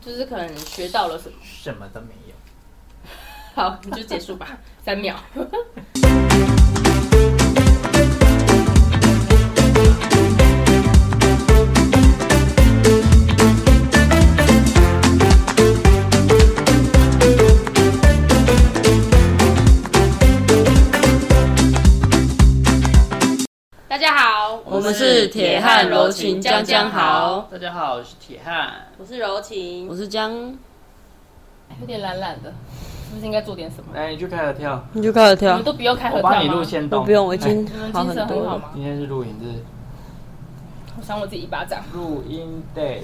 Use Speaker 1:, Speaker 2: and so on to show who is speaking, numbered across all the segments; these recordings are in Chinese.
Speaker 1: 就是可能你学到了什么。
Speaker 2: 什么都没有。
Speaker 1: 好，你就结束吧， 三秒。大家好，
Speaker 3: 我们是铁汉柔情江江豪，
Speaker 2: 大家好，我是铁汉。
Speaker 1: 我是柔情，
Speaker 3: 我是江，
Speaker 1: 哎有点懒懒的，是不是应该做点什么？
Speaker 2: 哎来，你去开合跳，
Speaker 3: 你就开始
Speaker 1: 你
Speaker 3: 跳
Speaker 1: 们，都不要开合
Speaker 2: 我
Speaker 1: 跳
Speaker 2: 帮你
Speaker 1: 吗
Speaker 2: 录？先
Speaker 3: 都
Speaker 2: 动。
Speaker 3: 不用，我已经
Speaker 2: 哎
Speaker 1: 你们
Speaker 3: 好
Speaker 1: 精
Speaker 3: 很
Speaker 1: 神
Speaker 3: 多
Speaker 1: 很好
Speaker 3: 了。
Speaker 1: 吗？
Speaker 2: 今天是录影日，
Speaker 1: 我赏我自己一巴掌。
Speaker 2: 录音 day。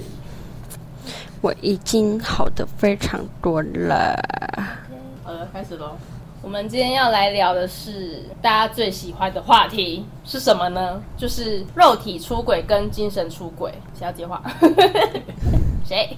Speaker 3: 我已经好的非常多了。
Speaker 1: 好了，呃开始喽。我们今天要来聊的是大家最喜欢的话题是什么呢？就是肉体出轨跟精神出轨。谁要接 话？谁？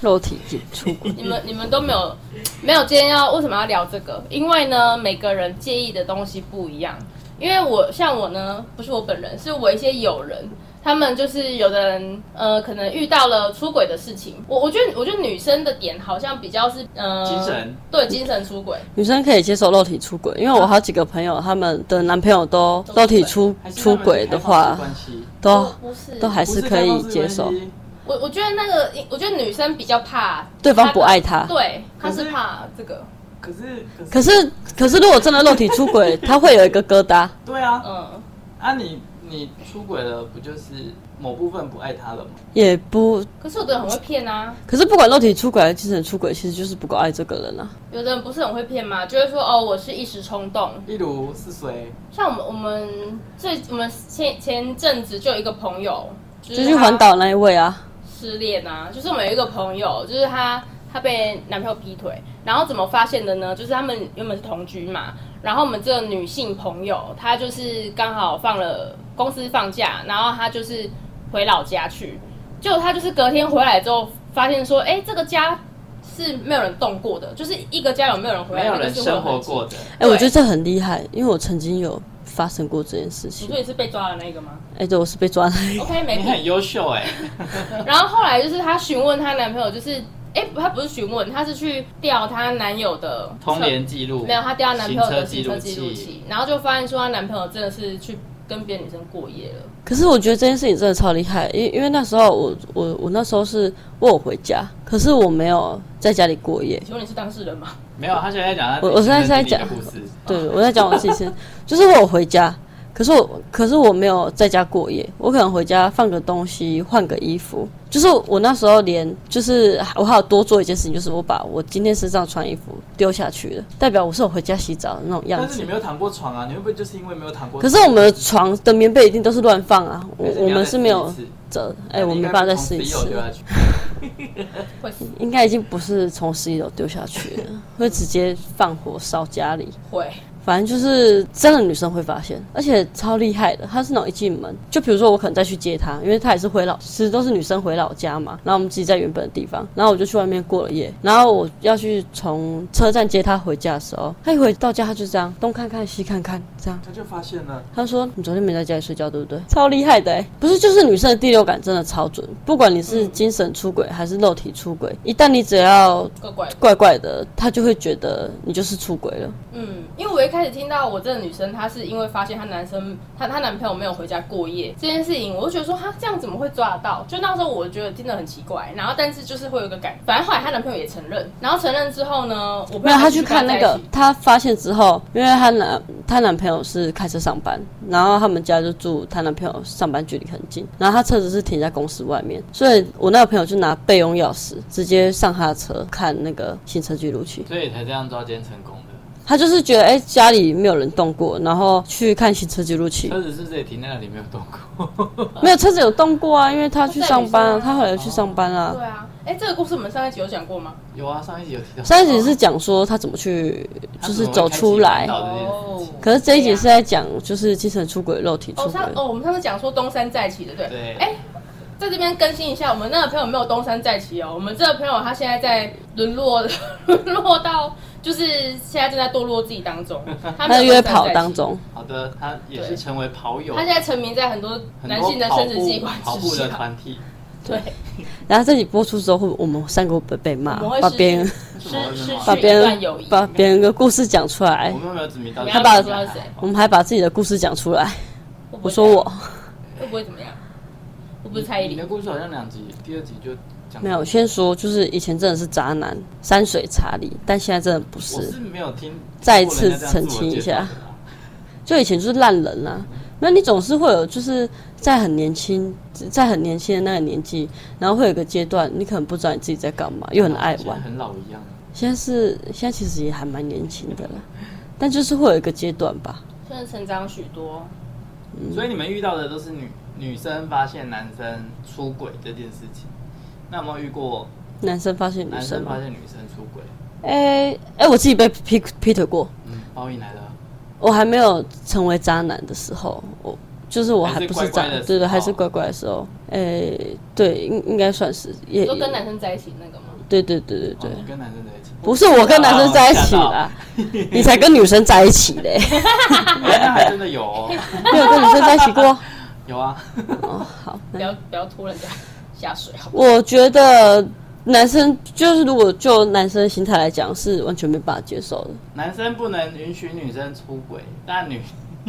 Speaker 3: 肉体接触过，
Speaker 1: 你们你们都没有没有今天要为什么要聊这个？因为呢，每个人介意的东西不一样。因为我像我呢，不是我本人，是我一些友人，他们就是有的人呃，可能遇到了出轨的事情。我我觉得我觉得女生的点好像比较是呃
Speaker 2: 精神
Speaker 1: 对精神出轨。
Speaker 3: 女生可以接受肉体出轨，因为我好几个朋友，他们的男朋友都
Speaker 1: 出轨
Speaker 3: 肉体出
Speaker 2: 还是他
Speaker 3: 出
Speaker 2: 们
Speaker 3: 轨的
Speaker 2: 是开放式
Speaker 3: 话，
Speaker 2: 关系
Speaker 3: 都
Speaker 1: 不是，
Speaker 3: 都还是可以接受。
Speaker 2: 不是开放式关系
Speaker 1: 我我觉得那个，我觉得女生比较怕
Speaker 3: 对方不爱她
Speaker 1: 对，她
Speaker 2: 可是
Speaker 1: 是怕这个，
Speaker 2: 可是可是
Speaker 3: 可是可是如果真的肉体出轨，他会有一个疙瘩。
Speaker 2: 对啊，
Speaker 1: 嗯，
Speaker 2: 啊你你出轨了，不就是某部分不爱他了吗？
Speaker 3: 也不，
Speaker 1: 可是有的人很会骗啊，
Speaker 3: 可是不管肉体出轨还是精神出轨，其实就是不够爱这个人啊。
Speaker 1: 有的人不是很会骗嘛，就会说哦，我是一时冲动，
Speaker 2: 例如是谁？
Speaker 1: 像我们我们最我们前前阵子就有一个朋友，就
Speaker 3: 就去环岛那一位啊，
Speaker 1: 失恋啊，就是我们有一个朋友，就是她她被男朋友劈腿，然后怎么发现的呢？就是他们原本是同居嘛，然后我们这个女性朋友，她就是刚好放了公司放假，然后她就是回老家去，结果她就是隔天回来之后，发现说，哎，这个家是没有人动过的，就是一个家有没有人回来，
Speaker 2: 没有
Speaker 1: 那个
Speaker 2: 人
Speaker 1: 是
Speaker 2: 生
Speaker 1: 会有
Speaker 2: 活
Speaker 1: 痕迹
Speaker 2: 过。的，
Speaker 3: 哎，我觉
Speaker 1: 对
Speaker 3: 得这很厉害，因为我曾经有发生过这件事
Speaker 1: 你
Speaker 3: 情。
Speaker 1: 说你是被抓的那个吗
Speaker 3: 哎，对，我是被抓那一个。
Speaker 1: ？OK，没
Speaker 2: 你
Speaker 1: 问题
Speaker 2: 很优秀 哎。
Speaker 1: 然后后来就是她询问她男朋友，就是哎，诶她不是询问，她是去调她男友的
Speaker 2: 通联记录
Speaker 1: 没有，她调她男朋友的行
Speaker 2: 行
Speaker 1: 车
Speaker 2: 车
Speaker 1: 记
Speaker 2: 记
Speaker 1: 录
Speaker 2: 录
Speaker 1: 器
Speaker 2: 器，
Speaker 1: 然后就发现说她男朋友真的是去跟别的女生过夜了。
Speaker 3: 可是我觉得这件事情真的超厉害，因因为那时候我我我那时候是我有回家，可是我没有在家里过夜。
Speaker 1: 请问你是当事人吗？
Speaker 2: 没有，他现在在讲他自己
Speaker 3: 我我现在是在
Speaker 2: 自己的
Speaker 3: 讲
Speaker 2: 故事，
Speaker 3: 对，我在讲我自 己先，就是我有回家，可是我可是我没有在家过夜，我可能回家放个东西，换个衣服。就是我那时候连就是我还有多做一件事情，就是我把我今天身上穿衣服丢下去了，代表我是有回家洗澡的那种样
Speaker 2: 但是
Speaker 3: 子
Speaker 2: 你。没有躺过床啊，你会不会就是因为没有躺过
Speaker 3: 可
Speaker 2: 床？
Speaker 3: 是我们的床的棉被一定都是乱放啊，我我们是没有这哎、我
Speaker 2: 们
Speaker 3: 没办法再试一次。
Speaker 1: 会死
Speaker 3: 应该已经不是从十一楼丢下去了，会直接放火烧家里。
Speaker 1: 会，
Speaker 3: 反正就是真的女生会发现，而且超厉害的。她是那种一进门，就比如说我可能再去接她，因为她也是回老，其实都是女生回老家嘛。然后我们自己在原本的地方，然后我就去外面过了夜。然后我要去从车站接她回家的时候，她一回到家，她就这样东看看西看看，这样。
Speaker 2: 他就发现了，
Speaker 3: 她说：“你昨天没在家里睡觉，对不对？”超厉害的、欸，不是就是女生的第六感真的超准，不管你是精神出轨还是肉体出轨，一旦你只要
Speaker 1: 怪怪的。
Speaker 3: 怪怪的，他就会觉得你就是出轨了。
Speaker 1: 嗯，因为我一开始听到我这个女生，她是因为发现她男生她她男朋友没有回家过夜这件事情，我就觉得说她这样怎么会抓得到？就那时候我觉得听得很奇怪，然后但是就是会有一个感，反正后来她男朋友也承认，然后承认之后呢，我朋
Speaker 3: 没
Speaker 1: 友
Speaker 3: 有，
Speaker 1: 还
Speaker 3: 她
Speaker 1: 继续
Speaker 3: 去
Speaker 1: 跟
Speaker 3: 看那
Speaker 1: 在
Speaker 3: 个
Speaker 1: 一起，
Speaker 3: 她发现之后，因为她男她男朋友是开车上班，然后他们家就住她男朋友上班距离很近，然后她车子是停在公司外面，所以我那个朋友就拿备用钥匙直接上她的车看那个行车记录器。
Speaker 2: 所以才这样抓奸成功的。
Speaker 3: 她就是觉得哎、家里没有人动过，然后去看行车记录器，
Speaker 2: 车子是不是也停在那里没有动 过？
Speaker 3: 没有车子有动过啊，因为
Speaker 2: 哦
Speaker 3: 她去上班啊，
Speaker 1: 她在旅行啊
Speaker 3: 她后来去上班啊
Speaker 1: 对。啊，哎，这个故事我们上一集有讲过吗？
Speaker 2: 有啊，上一集有提到。
Speaker 3: 上一集是讲说她怎么去，
Speaker 2: 他
Speaker 3: 就
Speaker 2: 怎么
Speaker 3: 是
Speaker 2: 会
Speaker 3: 走出
Speaker 2: 开
Speaker 3: 来
Speaker 2: 启。引导这件事情
Speaker 3: 可是这一集是在讲就是精神出轨、肉体出
Speaker 1: 哦，
Speaker 3: 轨
Speaker 1: 上，哦，我们上次讲说东山再起的，对，
Speaker 2: 对
Speaker 1: 哎、在这边更新一下，我们那个朋友没有东山再起哦，我们这个朋友他现在在沦落， 沦落到就是现在正在堕落自己当 中，他没
Speaker 3: 那
Speaker 1: 有东山
Speaker 3: 约
Speaker 1: 再
Speaker 3: 跑
Speaker 1: 起
Speaker 3: 当，中，
Speaker 2: 好的，他也
Speaker 1: 对
Speaker 2: 是成为跑友，
Speaker 1: 他现在沉迷在很多
Speaker 2: 很多
Speaker 1: 男性的生殖器官
Speaker 2: 跑
Speaker 1: 之
Speaker 2: 步跑步的
Speaker 1: 下，
Speaker 2: 团体，
Speaker 1: 对，
Speaker 3: 然后这集播出之后，会不会我们三个会被骂
Speaker 1: 我们，会
Speaker 3: 把
Speaker 1: 失
Speaker 3: 别人
Speaker 1: 去失失
Speaker 3: 把
Speaker 1: 去
Speaker 3: 别
Speaker 1: 一段
Speaker 3: 人
Speaker 1: 友谊。
Speaker 3: 把别人的故事讲出来
Speaker 2: 我，们有没有指名道
Speaker 1: 你
Speaker 2: 姓？
Speaker 1: 要
Speaker 3: 把
Speaker 1: 说是谁
Speaker 3: 我们还把自己的故事讲出来。
Speaker 1: 会不
Speaker 3: 我
Speaker 1: 会
Speaker 3: 说
Speaker 1: 这样
Speaker 3: 我
Speaker 1: 会不会怎么样？我不是蔡依
Speaker 2: 你你
Speaker 1: 林
Speaker 2: 的，故事好像两集，第二集就讲
Speaker 3: 没有，我先说，就是以前真的是渣男，山水茶里，但现在真的不
Speaker 2: 我
Speaker 3: 是
Speaker 2: 是。没有听。
Speaker 3: 再次澄清一下，就以前就是烂人啊。那你总是会有，就是在很年轻，在很年轻的那个年纪，然后会有一个阶段，你可能不知道你自己在干嘛，又很爱玩。
Speaker 2: 很老一样。
Speaker 3: 现在是现在其实也还蛮年轻的了，但就是会有一个阶段吧。
Speaker 1: 现在成长许多，
Speaker 2: 所以你们遇到的都是女女生发现男生出轨这件事情。那有没有遇过
Speaker 3: 男生发现女
Speaker 2: 男
Speaker 3: 生
Speaker 2: 生
Speaker 3: 吗
Speaker 2: 发？现女生出轨？
Speaker 3: 哎哎、我自己被劈劈腿过，
Speaker 2: 嗯，报应来了。
Speaker 3: 我还没有成为渣男的时候，我就是我
Speaker 2: 还
Speaker 3: 还
Speaker 2: 是
Speaker 3: 不
Speaker 2: 乖
Speaker 3: 是渣，
Speaker 2: 乖的时
Speaker 3: 对对，还是
Speaker 2: 候
Speaker 3: 乖乖的时候。哎、对，应应该算是也
Speaker 1: 都跟男生在一起那个吗？
Speaker 3: 对对对对对
Speaker 2: 哦，你跟男生在一起？
Speaker 3: 不是我跟男生在一起啦
Speaker 2: 啦，，
Speaker 3: 你才跟女生在一起 嘞，
Speaker 2: 吓 到哎那还真的有哦，
Speaker 3: 没有跟女生在一起过。
Speaker 2: 有啊。
Speaker 3: 哦，好，
Speaker 1: 不要不要拖人 家下水，好不好？
Speaker 3: 我觉得男生就是如果就男生的心态来讲，是完全没办法接受的。
Speaker 2: 男生不能允许女生出轨，但女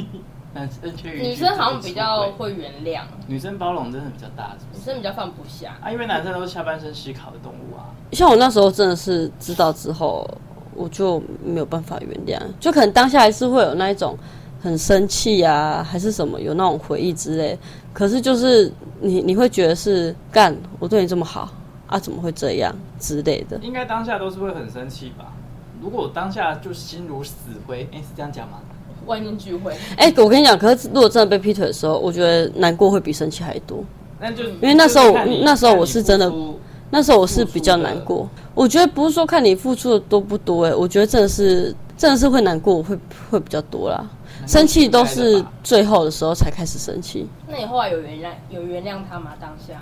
Speaker 2: 男生却允许
Speaker 1: 女生好像比较
Speaker 2: 自己出
Speaker 1: 会
Speaker 2: 轨
Speaker 1: 原谅，
Speaker 2: 女生包容真的比较大，是不
Speaker 1: 女
Speaker 2: 是？
Speaker 1: 生比较放不下。
Speaker 2: 啊，因为男生都是下半身思考的动物啊。
Speaker 3: 像我那时候真的是知道之后，我就没有办法原谅，就可能当下还是会有那一种很生气啊，还是什么有那种回忆之类。可是就是你你会觉得是干，我对你这么好啊，怎么会这样之类的。
Speaker 2: 应该当下都是会很生气吧？如果我当下就心如死灰，哎、是这样讲吗？
Speaker 1: 万念俱灰，
Speaker 3: 哎、我跟你讲，可是如果真的被劈腿的时候，我觉得难过会比生气还多。
Speaker 2: 那就因
Speaker 3: 为那时候那时候我是真的那时候我是比较难过，我觉得不是说看你付出的多不多、欸，哎，我觉得真的是真的是会难过，会会比较多啦。生气都是最后的时候才开始生气。
Speaker 1: 那你后来有原谅有原谅他吗？当下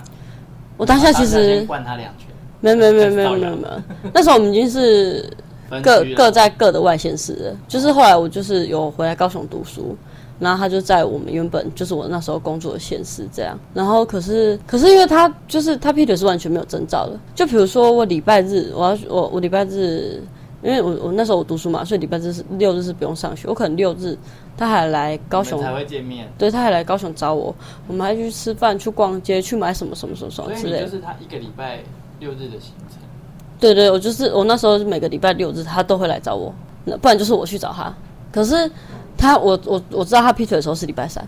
Speaker 3: 我当下其实
Speaker 2: 灌他两拳，
Speaker 3: 没没没没没没没，那时候我们已经是
Speaker 2: 分居
Speaker 3: 各
Speaker 2: 了
Speaker 3: 各在各的外县市了。就是后来我就是有回来高雄读书，然后他就在我们原本就是我那时候工作的县市这样。然后可是可是因为他就是他劈腿是完全没有征兆的，就比如说我礼拜日我要我我礼拜日。因为我我那时候我读书嘛，所以礼拜日是六日是不用上学。我可能六日他还来高
Speaker 2: 你
Speaker 3: 雄
Speaker 2: 们，才会见面，
Speaker 3: 对，他还来高雄找我，我们还去吃饭、去逛街、去买什么什么什么什么
Speaker 2: 所以
Speaker 3: 之
Speaker 2: 你
Speaker 3: 类
Speaker 2: 就
Speaker 3: 的。
Speaker 2: 是他一个礼拜六日的行程。
Speaker 3: 对对，我就是我那时候是每个礼拜六日他都会来找我，那不然就是我去找他。可是他，我我我知道他劈腿的时候是礼拜三，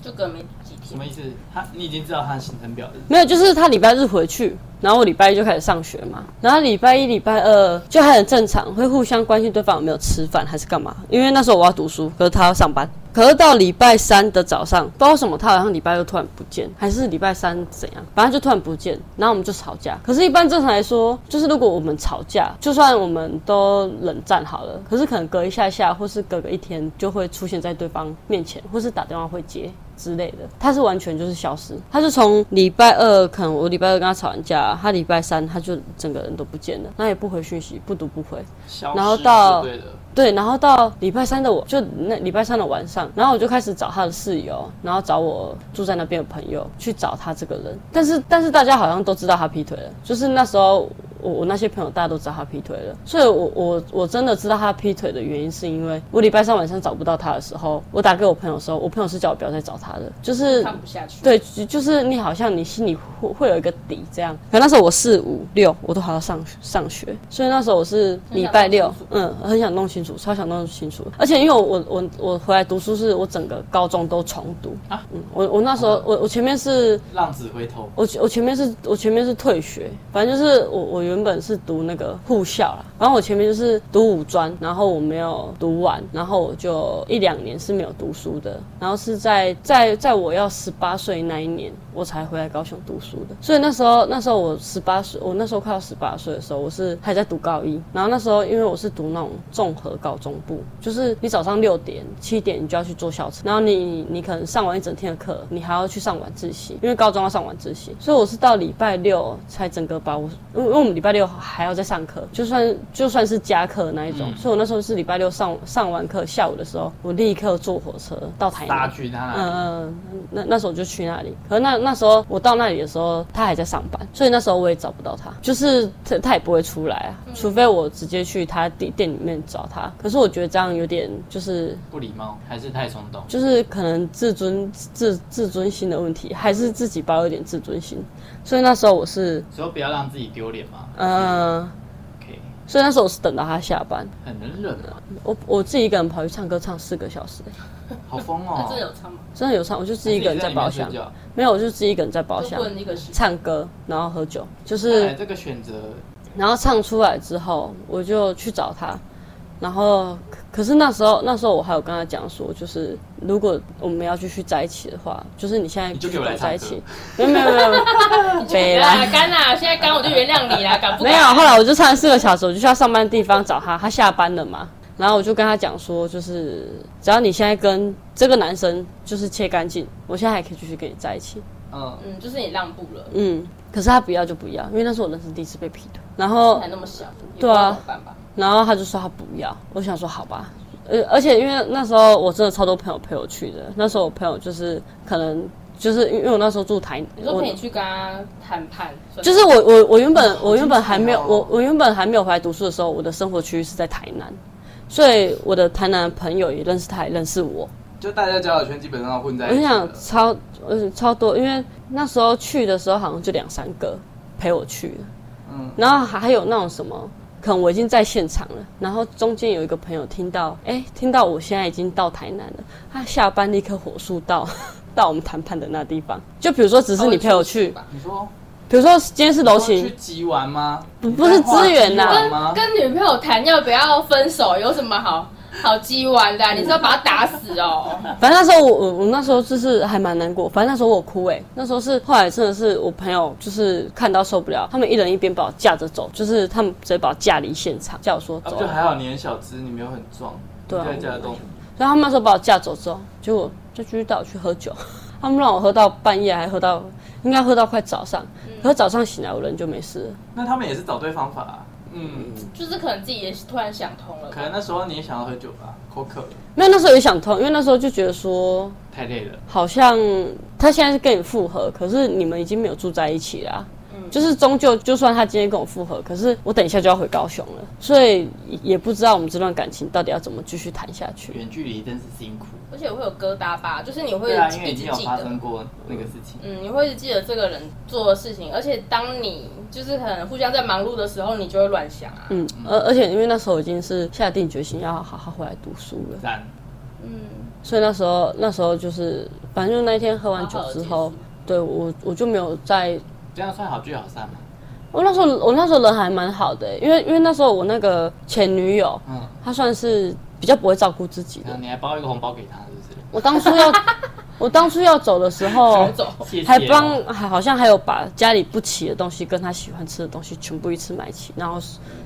Speaker 1: 就隔没几
Speaker 2: 什
Speaker 1: 天，
Speaker 2: 么意思？他你已经知道他的行程表了，
Speaker 3: 没有，就是他礼拜日回去，然后我礼拜一就开始上学嘛，然后礼拜一、礼拜二就还很正常，会互相关心对方有没有吃饭还是干嘛，因为那时候我要读书，可是他要上班。可是到礼拜三的早上，不知道为什么他好像礼拜六突然不见，还是礼拜三怎样，反正就突然不见，然后我们就吵架。可是，一般正常来说，就是如果我们吵架，就算我们都冷战好了，可是可能隔一下下，或是隔个一天，就会出现在对方面前，或是打电话会接。之类的，他是完全就是消失，他是从礼拜二，可能我礼拜二跟他吵完架，他礼拜三他就整个人都不见了，那也不回讯息，不读不回，
Speaker 2: 消
Speaker 3: 然后
Speaker 2: 失
Speaker 3: 到
Speaker 2: 就对了，
Speaker 3: 对，然后到礼拜三的我就那礼拜三的晚上，然后我就开始找他的室友，然后找我住在那边的朋友去找他这个人，但是但是大家好像都知道他劈腿了，就是那时候我我那些朋友大家都知道他劈腿了，所以我我我真的知道他劈腿的原因是因为我礼拜三晚上找不到他的时候，我打给我朋友的时候，我朋友是叫我不要再找他的，就是
Speaker 1: 看不下去。，
Speaker 3: 对，就就是你好像你心里会会有一个底这样。可那时候我四五六我都还要上上学，所以那时候我是礼拜六，嗯，很想弄清楚，超想弄清楚。而且因为我我我我回来读书是我整个高中都重读
Speaker 2: 啊
Speaker 3: 嗯，我我那时候我我前面是
Speaker 2: 浪子回头。
Speaker 3: 我我前面是我前面是退学，反正就是我我原本是读那个护校啦，然后我前面就是读五专，然后我没有读完，然后我就一两年是没有读书的，然后是在在在我要十八岁那一年，我才回来高雄读书的，所以那时候那时候我十八岁，我那时候快要十八岁的时候，我是还在读高一，然后那时候因为我是读那种综合高中部，就是你早上六点七点你就要去坐校车，然后你你可能上完一整天的课，你还要去上晚自习，因为高中要上晚自习，所以我是到礼拜六才整个把我，因为因为我们礼礼拜六还要再上课，就算就算是加课那一种。所以我那时候是礼拜六上上完课，下午的时候我立刻坐火车到台
Speaker 2: 搭
Speaker 3: 南。
Speaker 2: 去他那里，
Speaker 3: 嗯，嗯那那时候我就去那里。可是那那时候我到那里的时候，他还在上班，所以那时候我也找不到他，就是他他也不会出来啊，
Speaker 2: 嗯
Speaker 3: 除非我直接去他店店里面找他。可是我觉得这样有点就是
Speaker 2: 不礼貌还是太冲动？
Speaker 3: 就是可能自尊自自尊心的问题，还是自己保有点自尊心。所以那时候我是，
Speaker 2: 所以不要让自己丢脸嘛。
Speaker 3: 嗯、
Speaker 2: OK，
Speaker 3: 所以那时候我是等到他下班，
Speaker 2: 很能忍啊，
Speaker 3: 我我自己一个人跑去唱歌，唱四个小时、
Speaker 2: 好疯
Speaker 1: 那
Speaker 2: 哦！
Speaker 1: 真的有唱吗？
Speaker 3: 真的有唱，我就自己一个人在包
Speaker 2: 还是你，在
Speaker 3: 厢
Speaker 2: 里面睡觉
Speaker 3: 没有，我就自己一个人在包
Speaker 1: 就
Speaker 3: 厢
Speaker 1: 问一个时间，
Speaker 3: 唱歌，然后喝酒，就
Speaker 2: 哎
Speaker 3: 是
Speaker 2: 这个选择
Speaker 3: 然后唱出来之后，我就去找他，然后可可是那时候那时候我还有跟他讲说，就是如果我们要继续在一起的话，就是你现在
Speaker 2: 你就给
Speaker 3: 继续
Speaker 2: 我
Speaker 3: 跟
Speaker 2: 来
Speaker 3: 我在一
Speaker 2: 唱歌
Speaker 3: 起，没有没有没有没有，北啦
Speaker 1: 啊，干啦！现在干我就原谅 你啦，敢不敢？
Speaker 3: 没有，后来我就唱了四个小时，我就去他上班的地方找他，他下班了嘛。然后我就跟他讲说，就是只要你现在跟这个男生就是切干净，我现在还可以继续跟你在一起。
Speaker 2: 嗯，
Speaker 1: 嗯，就是你让步了，
Speaker 3: 嗯，可是他不要就不要，因为那是我人生第一次被劈腿。然后
Speaker 1: 才那么小，也不知
Speaker 3: 哦对啊
Speaker 1: 道怎么办吧？
Speaker 3: 然后他就说他不要，我想说好吧，呃而而且因为那时候我真的超多朋友陪我去的，那时候我朋友就是可能就是因为我那时候住台，
Speaker 1: 你说
Speaker 3: 我
Speaker 1: 陪你去跟他谈判，算
Speaker 3: 就是我我我原本我原本还没有
Speaker 2: 哦好精彩
Speaker 3: 我
Speaker 2: 哦
Speaker 3: 我原本还没有回来读书的时候，我的生活区域是在台南，所以我的台南朋友也认识他，也认识我。
Speaker 2: 就大家交友圈基本上混在
Speaker 3: 我
Speaker 2: 一起
Speaker 3: 想
Speaker 2: 了。
Speaker 3: 超呃超多，因为那时候去的时候好像就两三个陪我去的，
Speaker 2: 嗯，
Speaker 3: 然后还有那种什么，可能我已经在现场了，然后中间有一个朋友听到，哎，听到我现在已经到台南了，他下班立刻火速到 到我们谈判的那地方。就比如说，只是你陪我去，
Speaker 2: 你说
Speaker 3: 比如说今天是柔
Speaker 2: 你说
Speaker 3: 情
Speaker 2: 哦去，集玩吗？
Speaker 3: 不不是资源啊呐
Speaker 2: 你在画集玩
Speaker 1: 跟
Speaker 2: 吗？
Speaker 1: 跟女朋友谈要不要分手，有什么好好鸡玩的啊、你是要把他打死哦？
Speaker 3: 反正那时候我我我那时候就是还蛮难过，反正那时候我有哭哎、那时候是后来真的是我朋友就是看到受不了，他们一人一边把我架着走，就是他们直接把我架离现场，叫我说哦
Speaker 2: 啊，
Speaker 3: 走
Speaker 2: 就，还好你很小只，你没有很壮，
Speaker 3: 对啊
Speaker 2: 你在家都
Speaker 3: 然后他们那时候把我架走之后，结果就继续带我去喝酒，他们让我喝到半夜，还喝到应该喝到快早上，
Speaker 2: 嗯
Speaker 3: 可是早上醒来我人就没事了。
Speaker 2: 那他们也是找对方法啊、嗯，
Speaker 1: 就是可能自己也是突然想通了吧，
Speaker 2: 可能那时候你也想要喝酒吧，口渴，
Speaker 3: 没有那时候也想通，因为那时候就觉得说，
Speaker 2: 太累了。
Speaker 3: 好像他现在是跟你复合，可是你们已经没有住在一起啦。
Speaker 1: 嗯
Speaker 3: 就是终究，就算他今天跟我复合，可是我等一下就要回高雄了，所以也不知道我们这段感情到底要怎么继续谈下去。
Speaker 2: 远距离真是辛苦。
Speaker 1: 而且会有疙瘩吧，就是你会
Speaker 2: 对啊，因为
Speaker 1: 一
Speaker 2: 已
Speaker 1: 直
Speaker 2: 经有
Speaker 1: 记
Speaker 2: 发
Speaker 1: 得，
Speaker 2: 生过那个事情。
Speaker 1: 嗯，你会一直记得这个人做的事情，而且当你就是可能互相在忙碌的时候，你就会乱想啊，
Speaker 3: 嗯，而而且因为那时候已经是下定决心要好好回来读书了，
Speaker 2: 赞，
Speaker 1: 嗯，
Speaker 3: 所以那时候那时候就是，反正就那一天喝完酒
Speaker 1: 好好地
Speaker 3: 之后，
Speaker 1: 结束
Speaker 3: 对我我就没有再。
Speaker 2: 这样算好聚好散吗？
Speaker 3: 我那时候我那时候人还蛮好的、因为因为那时候我那个前女友，
Speaker 2: 嗯，
Speaker 3: 她算是比较不会照顾自己
Speaker 2: 然
Speaker 3: 的
Speaker 2: 后。你还包一个红包给他，是不
Speaker 3: 我当 初要我当初要走的时候
Speaker 1: 我，走，哦
Speaker 2: 是？谢谢、哦
Speaker 3: 还帮还好像还有把家里不起的东西跟她喜欢吃的东西全部一次买齐，然后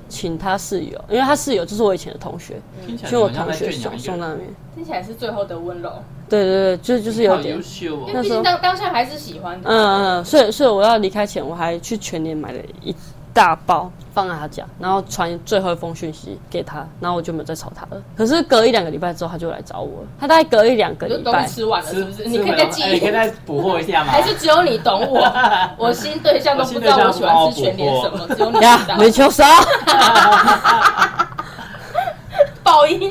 Speaker 3: 请她室友，因为她室友就是我以前的同学，
Speaker 2: 听起来
Speaker 3: 就我
Speaker 2: 你好
Speaker 3: 同
Speaker 2: 像在
Speaker 3: 学
Speaker 2: 圈养一
Speaker 3: 送送
Speaker 2: 个人，
Speaker 3: 那边。
Speaker 1: 听起来是最后的温柔，
Speaker 3: 对对对，就就是有
Speaker 2: 好
Speaker 3: 点
Speaker 2: 优。秀
Speaker 1: 因为
Speaker 2: 哦。
Speaker 1: 毕竟当当下还是喜欢的，
Speaker 3: 嗯嗯，所以所以我要离开前，我还去全年买了一大包放在他家，然后传最后一封讯息给他，然后我就没有再吵他了。可是隔一两个礼拜之后，他就来找我了。他大概隔一两个
Speaker 1: 你就
Speaker 3: 礼
Speaker 1: 东
Speaker 3: 拜
Speaker 1: 西，吃完了是不是？你可以
Speaker 2: 回
Speaker 1: 再
Speaker 2: 来
Speaker 1: 记
Speaker 2: 哎你可以
Speaker 1: 忆。
Speaker 2: 再捕获一下吗？
Speaker 1: 还是只有你懂 我，我新对象都不知道我喜欢吃全脸什么，只有你知
Speaker 3: 呀，
Speaker 1: 道。
Speaker 3: 没秋收，
Speaker 1: 爆音，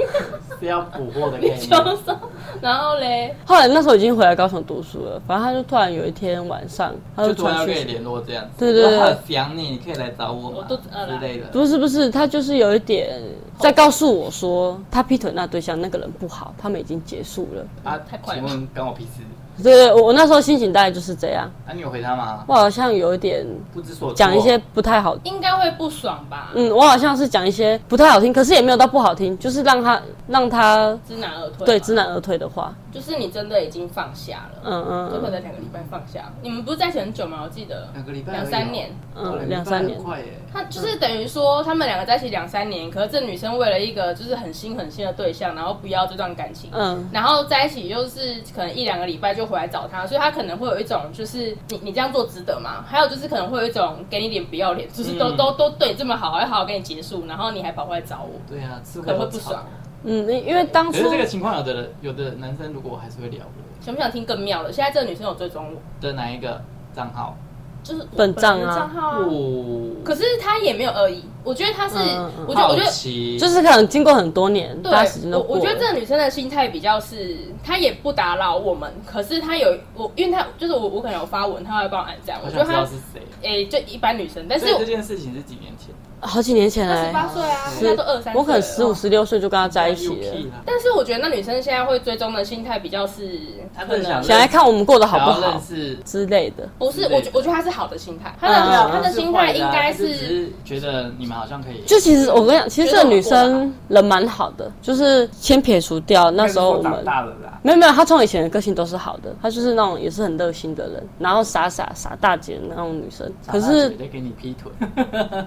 Speaker 2: 是要捕获的概
Speaker 1: 你
Speaker 2: 念。
Speaker 1: 就说，然后嘞，
Speaker 3: 后来那时候已经回来高雄读书了，反正他就突然有一天晚上，他
Speaker 2: 就突
Speaker 3: 突
Speaker 2: 然
Speaker 3: 然
Speaker 2: 要跟你
Speaker 3: 讯息，
Speaker 2: 联络这样子，
Speaker 3: 对对对
Speaker 2: 我很想你，你可以来找我
Speaker 1: 我
Speaker 2: 吗？
Speaker 1: 肚子饿了
Speaker 2: 之类的。
Speaker 3: 不是不是，嗯他就是有一点在告诉我说，他劈腿那对象那个人不好，他们已经结束了。
Speaker 2: 啊，
Speaker 1: 太快了
Speaker 2: 请问关我屁事？
Speaker 3: 对对，我我哦那时候心情大概就是这样，
Speaker 2: 啊，你有回他吗？
Speaker 3: 我好像有一点
Speaker 2: 不知所措。
Speaker 3: 讲一些不太好
Speaker 1: 应该会不爽吧？
Speaker 3: 嗯，我好像是讲一些不太好听，可是也没有到不好听，就是让他
Speaker 2: 嗯
Speaker 3: 让他
Speaker 1: 知难而退嘛，
Speaker 3: 对知难而退的话，
Speaker 1: 就是你真的已经放下了，
Speaker 3: 嗯
Speaker 1: 就可
Speaker 3: 嗯
Speaker 1: 能两个礼拜放下。你们不是在一起很久吗？我记得
Speaker 2: 两个礼拜而已哦，
Speaker 1: 两三年。
Speaker 2: 哦
Speaker 3: 嗯，两三年
Speaker 2: 很，快耶。
Speaker 1: 他就是等于说，他们两个在一起两三年，可是这女生为了一个就是很新很新的对象，然后不要这段感情，
Speaker 3: 嗯，
Speaker 1: 然后在一起就是可能一两个礼拜就就回来找他，所以他可能会有一种就是你你这样做值得吗？还有就是可能会有一种给你脸不要脸，就是都、
Speaker 2: 嗯
Speaker 1: 都都对你这么好，还好好跟你结束，然后你还跑回来找我，
Speaker 2: 对啊，吃
Speaker 1: 可能会
Speaker 2: 过
Speaker 1: 不爽。
Speaker 3: 嗯，因因为当
Speaker 2: 可
Speaker 3: 初
Speaker 2: 是这个情况，有的人有的男生如果我还是会聊的
Speaker 1: 想不想听更妙的？现在这个女生有追踪我，
Speaker 2: 的哪一个账号？
Speaker 1: 就是我
Speaker 3: 本账
Speaker 1: 本
Speaker 3: 啊
Speaker 1: 人账号啊，
Speaker 2: 不，
Speaker 1: 可是她也没有恶意，我觉得她是，
Speaker 3: 嗯嗯
Speaker 1: 我觉得
Speaker 2: 好
Speaker 1: 我觉得
Speaker 2: 奇
Speaker 3: 就是可能经过很多年，大家时间
Speaker 1: 对，
Speaker 3: 都
Speaker 1: 我
Speaker 3: 过
Speaker 1: 我
Speaker 3: 了。
Speaker 1: 觉得这个女生的心态比较是，她也不打扰我们，可是她有我，因为她就是我，我可能有发文，她会帮我按赞。
Speaker 2: 我
Speaker 1: 我觉得
Speaker 2: 想知
Speaker 1: 她
Speaker 2: 道是谁。
Speaker 1: 诶、就一般女生，但是
Speaker 2: 所以
Speaker 1: 我
Speaker 2: 这件事情是几年前，
Speaker 3: 好几年前
Speaker 1: 二十八
Speaker 3: 哎、
Speaker 1: 岁啊，
Speaker 2: 是
Speaker 1: 现在都二三，
Speaker 3: 我可能十五。十六岁就跟他在一起
Speaker 2: 有屁
Speaker 3: 了，
Speaker 2: 啦
Speaker 1: 但是我觉得那女生现在会追踪的心态比较是，
Speaker 2: 她更想
Speaker 3: 想来看我们过得好不
Speaker 2: 想要
Speaker 3: 好
Speaker 2: 认识
Speaker 3: 之类的。
Speaker 1: 不是
Speaker 2: 之类的
Speaker 1: 我觉我觉得她是好的心态，她
Speaker 3: 嗯
Speaker 1: 的
Speaker 3: 嗯
Speaker 1: 她的心态应该
Speaker 2: 她就只
Speaker 1: 是
Speaker 2: 是觉得你们好像可以，
Speaker 3: 就其实我跟你讲，其实这个女生人蛮好的，就是先撇除掉那时候我
Speaker 2: 应该是说长
Speaker 3: 们
Speaker 2: 大了啦，
Speaker 3: 没有没有，她从以前的个性都是好的，她就是那种也是很热心的人，然后傻傻傻大姐的那种女生。可是
Speaker 2: 绝对给你劈腿，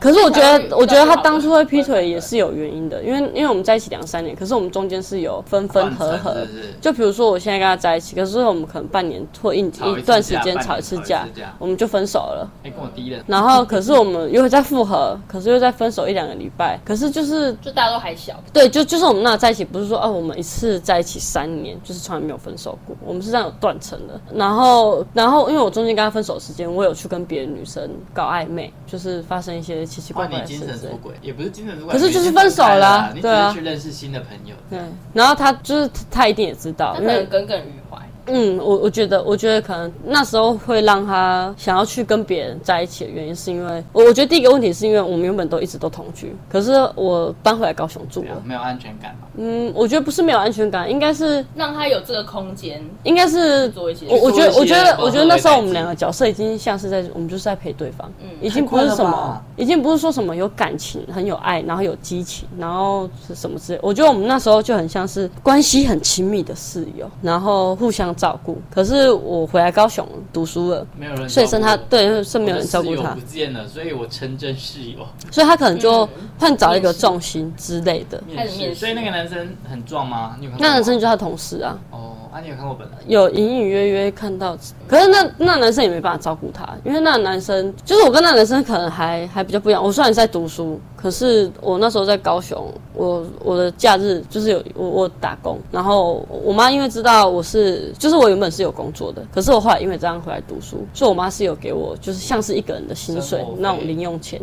Speaker 3: 可是我觉
Speaker 1: 非
Speaker 3: 得，
Speaker 1: 常
Speaker 3: 我觉得
Speaker 1: 非常
Speaker 3: 她
Speaker 1: 好
Speaker 3: 当初会劈
Speaker 1: 对对
Speaker 3: 腿
Speaker 1: 对
Speaker 3: 也是有原因的，因为因为我们在一起两三年，可是我们中间是有分分合合
Speaker 2: 换成。是
Speaker 3: 就比如说我现在跟他在一起，可是我们可能半年或一
Speaker 2: 吵一次
Speaker 3: 一段时间
Speaker 2: 架
Speaker 3: 吵一次
Speaker 2: 半年
Speaker 3: 架
Speaker 2: 吵一次架，
Speaker 3: 我们就分手了。
Speaker 2: 哎，跟我第一人，
Speaker 3: 然后可是我们又再复合，可是又再分手一两个礼拜，可是就是
Speaker 1: 就大家都还小，
Speaker 3: 对，就就是我们那在一起，不是说哦、我们一次在一起三年，就是从来没有分手过，我们是这样有断层的。然后，然后因为我中间跟他分手的时间，我有去跟别的女生搞暧昧，就是发生一些奇奇怪
Speaker 2: 换
Speaker 3: 怪
Speaker 2: 哦你
Speaker 3: 的事
Speaker 2: 精神
Speaker 3: 情
Speaker 2: 出。轨，也不是精神出轨，
Speaker 3: 可是就
Speaker 2: 你
Speaker 3: 是
Speaker 2: 已经
Speaker 3: 分手
Speaker 2: 开
Speaker 3: 啦
Speaker 2: 你只
Speaker 3: 对啊
Speaker 2: 是去认识新的朋友，
Speaker 3: 对，啊然后他就是他一定也知道
Speaker 1: 她，可
Speaker 3: 因
Speaker 1: 能
Speaker 3: 为
Speaker 1: 耿耿于怀。
Speaker 3: 嗯，我我觉得，我觉得可能那时候会让他想要去跟别人在一起的原因，是因为我我觉得第一个问题是因为我们原本都一直都同居，可是我搬回来高雄住
Speaker 2: 对啊
Speaker 3: 了，
Speaker 2: 没有安全感嘛，
Speaker 3: 嗯，我觉得不是没有安全感，应该是
Speaker 1: 让她有这个空间，
Speaker 3: 应该是
Speaker 1: 做一些
Speaker 3: 我我觉得
Speaker 2: 做
Speaker 3: 我
Speaker 2: 一些
Speaker 3: 觉得我觉得那时候我
Speaker 2: 不合理的
Speaker 3: 们两个角色已经像是在我们就是在陪对方，
Speaker 1: 嗯
Speaker 3: 已经不是
Speaker 2: 太
Speaker 3: 什
Speaker 2: 快了
Speaker 3: 么
Speaker 2: 吧，
Speaker 3: 已经不是说什么有感情、很有爱，然后有激情，然后是什么之类。我觉得我们那时候就很像是关系很亲密的室友，然后互相照顾。可是我回来高雄读书了。
Speaker 2: 没有人照顾我，
Speaker 3: 所以剩他对，是没有人照顾
Speaker 2: 哦我的室
Speaker 3: 他
Speaker 2: 友不，见了，所以我称真室友，
Speaker 3: 所以他可能就
Speaker 1: 嗯
Speaker 3: 换找一个重心之类的。
Speaker 1: 开始面试
Speaker 2: 所以那个男生很壮吗？你有看过吗
Speaker 3: 那男生就是他同事啊，
Speaker 2: 哦，啊，你有看过本人？
Speaker 3: 有隐隐约约看到，可是那那男生也没办法照顾她，因为那男生就是我跟那男生可能还还比较不一样。我虽然在读书，可是我那时候在高雄，我我的假日就是有我我打工，然后我妈因为知道我是就是我原本是有工作的，可是我后来因为这样回来读书，所以我妈是有给我就是像是一个人的薪水
Speaker 2: 生活费
Speaker 3: 那种零用钱。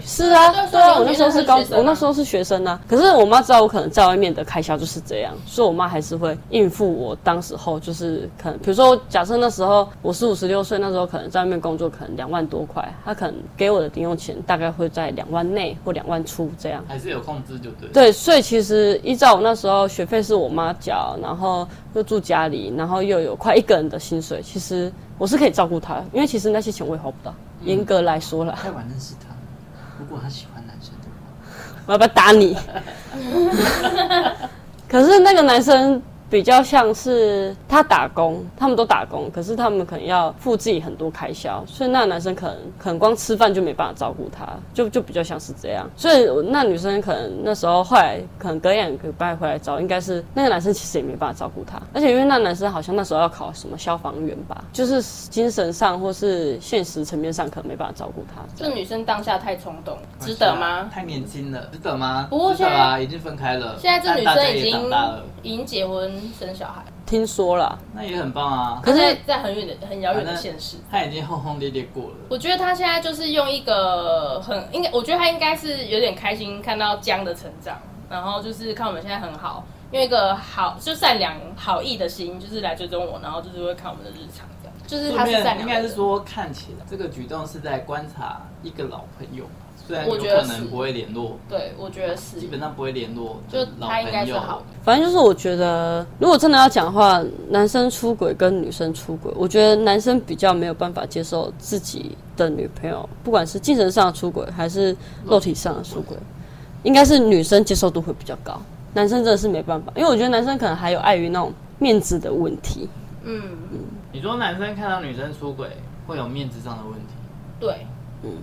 Speaker 3: 是啊
Speaker 1: 对啊，
Speaker 3: 对啊，
Speaker 1: 所以
Speaker 3: 我那时候是高，
Speaker 1: 你现在还是学生啊
Speaker 3: 我那时候是学生啊。可是我妈知道我可能在外面的开销就是这样，所以我妈还是会应付我当时候就是可能，比如说假设那时候我十五十六岁，那时候可能在外面工作，可能两万多块，她可能给我的零用钱大概会在两万内或两万出这样。
Speaker 2: 还是有控制就对。，
Speaker 3: 对，所以其实依照我那时候学费是我妈缴，然后又住家里，然后又有快一个人的薪水，其实我是可以照顾她，因为其实那些钱我也花不到。严格来说啦，
Speaker 2: 太晚认识他，如果他喜欢男生的话，
Speaker 3: 我要不要打你？ 可是那个男生比较像是他打工，他们都打工，可是他们可能要付自己很多开销，所以那个男生可能可能光吃饭就没办法照顾她，就就比较像是这样。所以我那女生可能那时候后来可能隔一两个礼拜回来找，应该是那个男生其实也没办法照顾她，而且因为那男生好像那时候要考什么消防员吧，就是精神上或是现实层面上可能没办法照顾她。
Speaker 1: 这女生当下太冲动，值得吗？
Speaker 2: 太年轻了，值得吗？
Speaker 1: 不过
Speaker 2: 值得啊，已经分开了，
Speaker 1: 现在这女
Speaker 2: 但大家
Speaker 1: 生
Speaker 2: 也
Speaker 1: 已经
Speaker 2: 长大了，
Speaker 1: 已经结婚生小孩，
Speaker 3: 听说了，
Speaker 2: 那也很棒啊。
Speaker 3: 可是
Speaker 1: 她在在很远的很遥远的
Speaker 2: 反正
Speaker 1: 现实。
Speaker 2: 他已经轰轰烈烈过了，
Speaker 1: 我觉得他现在就是用一个很应该，我觉得他应该是有点开心看到江的成长，然后就是看我们现在很好，用一个好就善良好意的心，就是来追踪我，然后就是会看我们的日常这样，就是他是善良的
Speaker 2: 应该是，说看起来这个举动是在观察一个老朋友吧，虽然有
Speaker 1: 我觉得
Speaker 2: 可
Speaker 1: 是
Speaker 2: 能不会联络，
Speaker 1: 对我觉得是
Speaker 2: 基，本上不会联络，
Speaker 1: 就
Speaker 2: 老
Speaker 1: 他应该
Speaker 2: 朋
Speaker 1: 是
Speaker 2: 友
Speaker 1: 好的。
Speaker 3: 反正就是我觉得，如果真的要讲的话，男生出轨跟女生出轨，我觉得男生比较没有办法接受自己的女朋友，不管是精神上的出轨还是肉体上的出轨，应该是女生接受度会比较高，男生真的是没办法，因为我觉得男生可能还有碍于那种面子的问题。
Speaker 1: 嗯，
Speaker 2: 你说男生看到女生出轨会有面子上的问题，
Speaker 1: 对，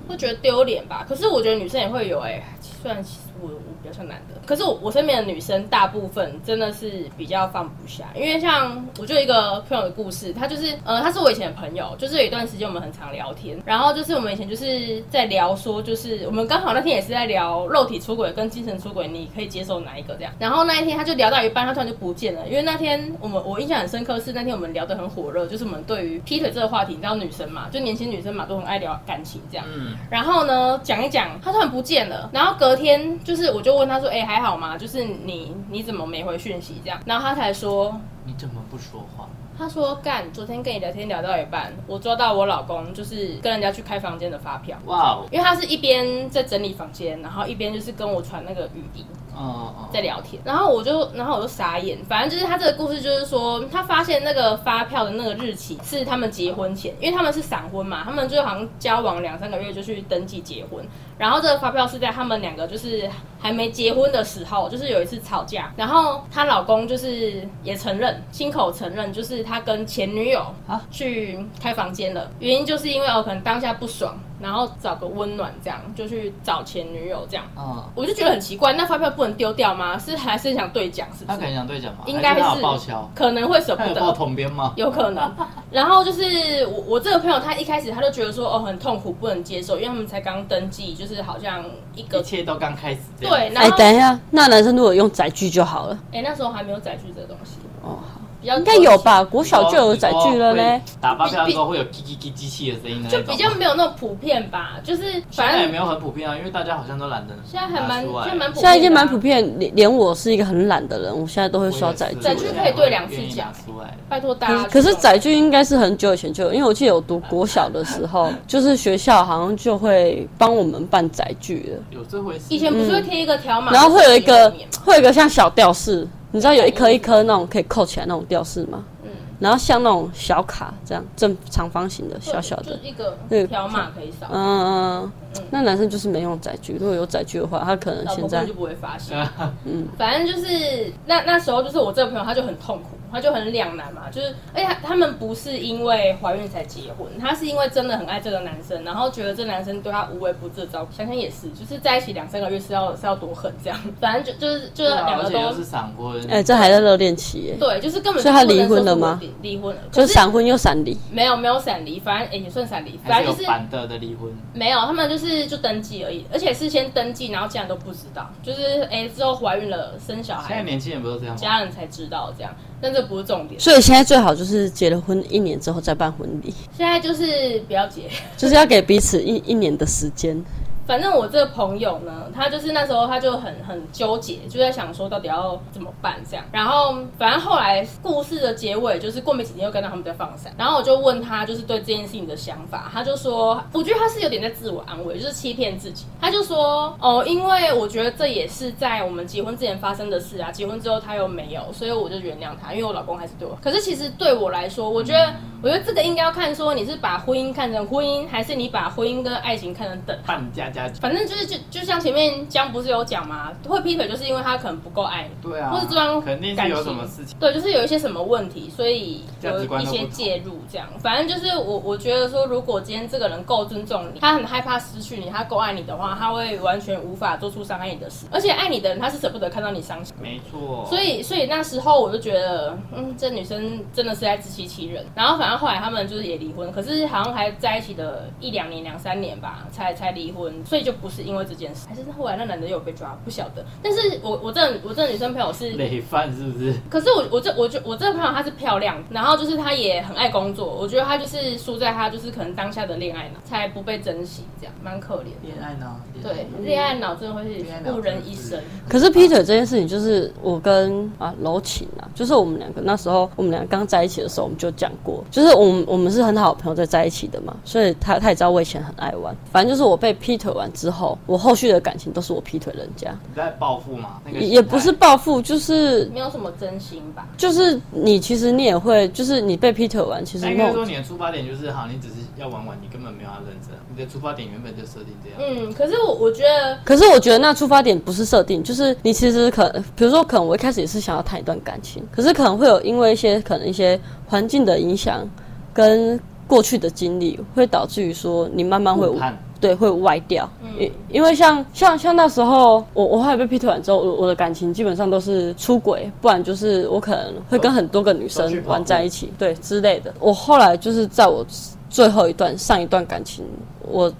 Speaker 1: 会觉得丢脸吧。可是我觉得女生也会有哎、虽然其实我我比较像男的，可是我我身边的女生大部分真的是比较放不下，因为像我就有一个朋友的故事，她就是呃，她是我以前的朋友，就是有一段时间我们很常聊天，然后就是我们以前就是在聊说，就是我们刚好那天也是在聊肉体出轨跟精神出轨，你可以接受哪一个这样，然后那一天她就聊到一半，她突然就不见了，因为那天我们我印象很深刻是那天我们聊得很火热，就是我们对于劈腿这个话题，你知道女生嘛，就年轻女生嘛都很爱聊感情这样，
Speaker 2: 嗯，
Speaker 1: 然后呢，讲一讲，他突然不见了。然后隔天就是，我就问他说：“哎、还好吗？就是你你怎么没回讯息？”这样，然后他才说。
Speaker 2: 你怎么不说话？
Speaker 1: 他说：“干，昨天跟你聊天聊到一半，我抓到我老公就是跟人家去开房间的发票，
Speaker 2: 哇哦，
Speaker 1: 因为他是一边在整理房间，然后一边就是跟我传那个语音，
Speaker 2: 嗯
Speaker 1: 在聊天，然后我就，然后我就傻眼。反正就是他这个故事，就是说他发现那个发票的那个日期是他们结婚前，因为他们是闪婚嘛，他们就好像交往两三个月就去登记结婚。然后这个发票是在他们两个就是还没结婚的时候，就是有一次吵架，然后她老公就是也承认，亲口承认，就是他跟前女友
Speaker 2: 啊
Speaker 1: 去开房间了，原因就是因为我哦可能当下不爽，然后找个温暖这样，就去找前女友这样。
Speaker 2: 嗯，
Speaker 1: 我就觉得很奇怪，那发票不能丢掉吗？是还是想兑奖？是不
Speaker 2: 他可能
Speaker 1: 是？
Speaker 2: 想对讲吧，
Speaker 1: 应该
Speaker 2: 还他有
Speaker 1: 是
Speaker 2: 报销，
Speaker 1: 可能会舍
Speaker 2: 他
Speaker 1: 不
Speaker 2: 有报
Speaker 1: 得，
Speaker 2: 统编吗？
Speaker 1: 有可能。然后就是我我这个朋友，他一开始他就觉得说哦很痛苦，不能接受，因为他们才刚登记，就是好像一个
Speaker 2: 一切都刚开始这样。
Speaker 1: 对，然
Speaker 3: 哎，
Speaker 1: 后
Speaker 3: 等一下，那男生如果用载具就好了。
Speaker 1: 哎、那时候还没有载具这个东西，
Speaker 3: 哦，好
Speaker 1: 比较
Speaker 3: 应该有？吧？国小就有载具了嘞。
Speaker 2: 你说会打发票的时候会有叽叽叽机器的声音的那
Speaker 1: 就
Speaker 2: 种，
Speaker 1: 比较没有那么普遍吧，就是
Speaker 2: 现
Speaker 1: 反
Speaker 2: 在也
Speaker 1: 正
Speaker 2: 没有很普遍啊，因为大家好像都懒得拿出
Speaker 1: 现
Speaker 2: 来。
Speaker 1: 在还蛮现在蛮普遍的啊
Speaker 3: 现在已经蛮普遍，连连我是一个很懒的人，我现在都会刷载具
Speaker 1: 载
Speaker 2: 载
Speaker 1: 具
Speaker 2: 具
Speaker 1: 可以对两次讲
Speaker 2: 出来。
Speaker 1: 拜托大
Speaker 3: 可
Speaker 1: 家
Speaker 3: 是
Speaker 1: 去
Speaker 3: 可是
Speaker 1: 用
Speaker 3: 载具应该是很久以前就有，因为我记得有读国小的时候，就是学校好像就会帮我们办载具了，
Speaker 2: 有这回事？
Speaker 1: 以前不是
Speaker 3: 嗯
Speaker 1: 会贴一个条码，
Speaker 3: 然后会有一
Speaker 1: 在
Speaker 3: 个
Speaker 1: 手机里面吗
Speaker 3: 会有一个像小吊饰，你知道有一颗一颗那种可以扣起来那种吊饰吗？
Speaker 1: 嗯
Speaker 3: 然后像那种小卡这样正长方形的小小
Speaker 1: 就
Speaker 3: 的
Speaker 1: 就，一个
Speaker 3: 对
Speaker 1: 条码可以扫，
Speaker 3: 嗯嗯，嗯那男生就是没用载具，如果有载具的话，他可能
Speaker 1: 老婆
Speaker 3: 现嗯
Speaker 1: 根
Speaker 3: 在
Speaker 1: 本就不会发现。 反正就是那那时候，就是我这个朋友，他就很痛苦，他就很两难嘛，就是而且他他们不是因为怀孕才结婚，他是因为真的很爱这个男生，然后觉得这男生对他无微不至的照顾，想想也是，就是在一起两三个月是要是要多狠这样，反正就就是就是
Speaker 2: 对啊
Speaker 1: 两
Speaker 2: 而
Speaker 1: 个
Speaker 2: 且
Speaker 1: 都
Speaker 2: 又是闪婚，
Speaker 3: 哎、这还在热恋期耶，
Speaker 1: 对，就是根本
Speaker 3: 所以
Speaker 1: 就
Speaker 3: 他
Speaker 1: 不能
Speaker 3: 离婚
Speaker 1: 说
Speaker 3: 了
Speaker 1: 是
Speaker 3: 吗
Speaker 1: 我离？离婚了，
Speaker 3: 就
Speaker 1: 可是
Speaker 3: 闪婚又闪离，
Speaker 1: 没有没有闪离，反正、哎也算闪离，
Speaker 2: 还
Speaker 1: 反
Speaker 2: 是有
Speaker 1: 正就是
Speaker 2: 板的的离婚。
Speaker 1: 没有，他们就是就登记而已，而且是先登记，然后家人都不知道，就是哎、之后怀孕了生小
Speaker 2: 现在
Speaker 1: 孩，
Speaker 2: 年轻人不都这样吗？
Speaker 1: 家人才知道这样，但这不是重点。
Speaker 3: 所以现在最好就是结了婚一年之后再办婚礼，
Speaker 1: 现在就是不要结。
Speaker 3: 就是要给彼此一一年的时间。
Speaker 1: 反正我这个朋友呢，他就是那时候他就很很纠结，就在想说到底要怎么办这样。然后反正后来故事的结尾就是过没几天又跟到他们在放闪，然后我就问他就是对这件事情的想法，他就说我觉得他是有点在自我安慰，就是欺骗自己。他就说哦，因为我觉得这也是在我们结婚之前发生的事啊，结婚之后他又没有，所以我就原谅他，因为我老公还是对我。可是其实对我来说，我觉得我觉得这个应该要看说你是把婚姻看成婚姻，还是你把婚姻跟爱情看成等
Speaker 2: 办家家酒。
Speaker 1: 反正就是就就像前面江不是有讲嘛，会劈腿就是因为他可能不够爱你，
Speaker 2: 对啊，
Speaker 1: 或者这段
Speaker 2: 肯定是
Speaker 1: 感
Speaker 2: 有
Speaker 1: 情
Speaker 2: 什么事情。
Speaker 1: 对，就是有一些什么问题，所以
Speaker 2: 价
Speaker 1: 有
Speaker 2: 值观
Speaker 1: 一
Speaker 2: 都
Speaker 1: 些
Speaker 2: 不同
Speaker 1: 介入这样。反正就是我我觉得说，如果今天这个人够尊重你，他很害怕失去你，他够爱你的话，他会完全无法做出伤害你的事，而且爱你的人他是舍不得看到你伤心。
Speaker 2: 没错，
Speaker 1: 所以，所以那时候我就觉得，嗯，这女生真的是在自欺欺人。然后，反正后来他们就是也离婚，可是好像还在一起的一两年、两三年吧，才才离婚。所以就不是因为这件事，还是后来那男的又有被抓，不晓得。但是我我这我这女生朋友是
Speaker 2: 累犯是不是？
Speaker 1: 可是我我这我就我这个朋友她是漂亮，然后就是她也很爱工作，我觉得她就是输在她就是可能当下的恋爱脑才不被珍惜，这样蛮可怜的。
Speaker 2: 恋爱呢？
Speaker 1: 对，恋爱脑真的会
Speaker 2: 恋爱脑
Speaker 1: 误人一生。
Speaker 3: 可是劈腿这件事情，就是我跟啊柔情啊，就是我们两个那时候我们俩刚在一起的时候，我们就讲过，就是我们我们是很好的朋友在在一起的嘛，所以他他也知道我以前很爱玩，反正就是我被劈腿完之后，我后续的感情都是我劈腿人家，
Speaker 2: 你在报复吗？那个
Speaker 3: 也
Speaker 2: 心态
Speaker 3: 也不是报复，就是
Speaker 1: 没有什么真心吧？
Speaker 3: 就是你其实你也会，就是你被劈腿完，其实
Speaker 2: 那应
Speaker 3: 那
Speaker 2: 该
Speaker 3: 种
Speaker 2: 说你的出发点就是好，你只是要玩玩，你根本没有要认真。你的出发点原本就设定这样。
Speaker 1: 嗯，可是我我觉得
Speaker 3: 可是我觉得那出发点不是设定，就是你其实可，比如说可能我一开始也是想要谈一段感情，可是可能会有因为一些可能一些环境的影响跟过去的经历，会导致于说你慢慢会
Speaker 2: 误判
Speaker 3: 对，会歪掉。
Speaker 1: 嗯
Speaker 3: 因因为像像像那时候，我我后来被劈腿完之后，我我的感情基本上都是出轨，不然就是我可能会跟很多个女
Speaker 2: 都去
Speaker 3: 生
Speaker 2: 跑步
Speaker 3: 玩在一起，对之类的。我后来就是在我最后一段上一段感情，我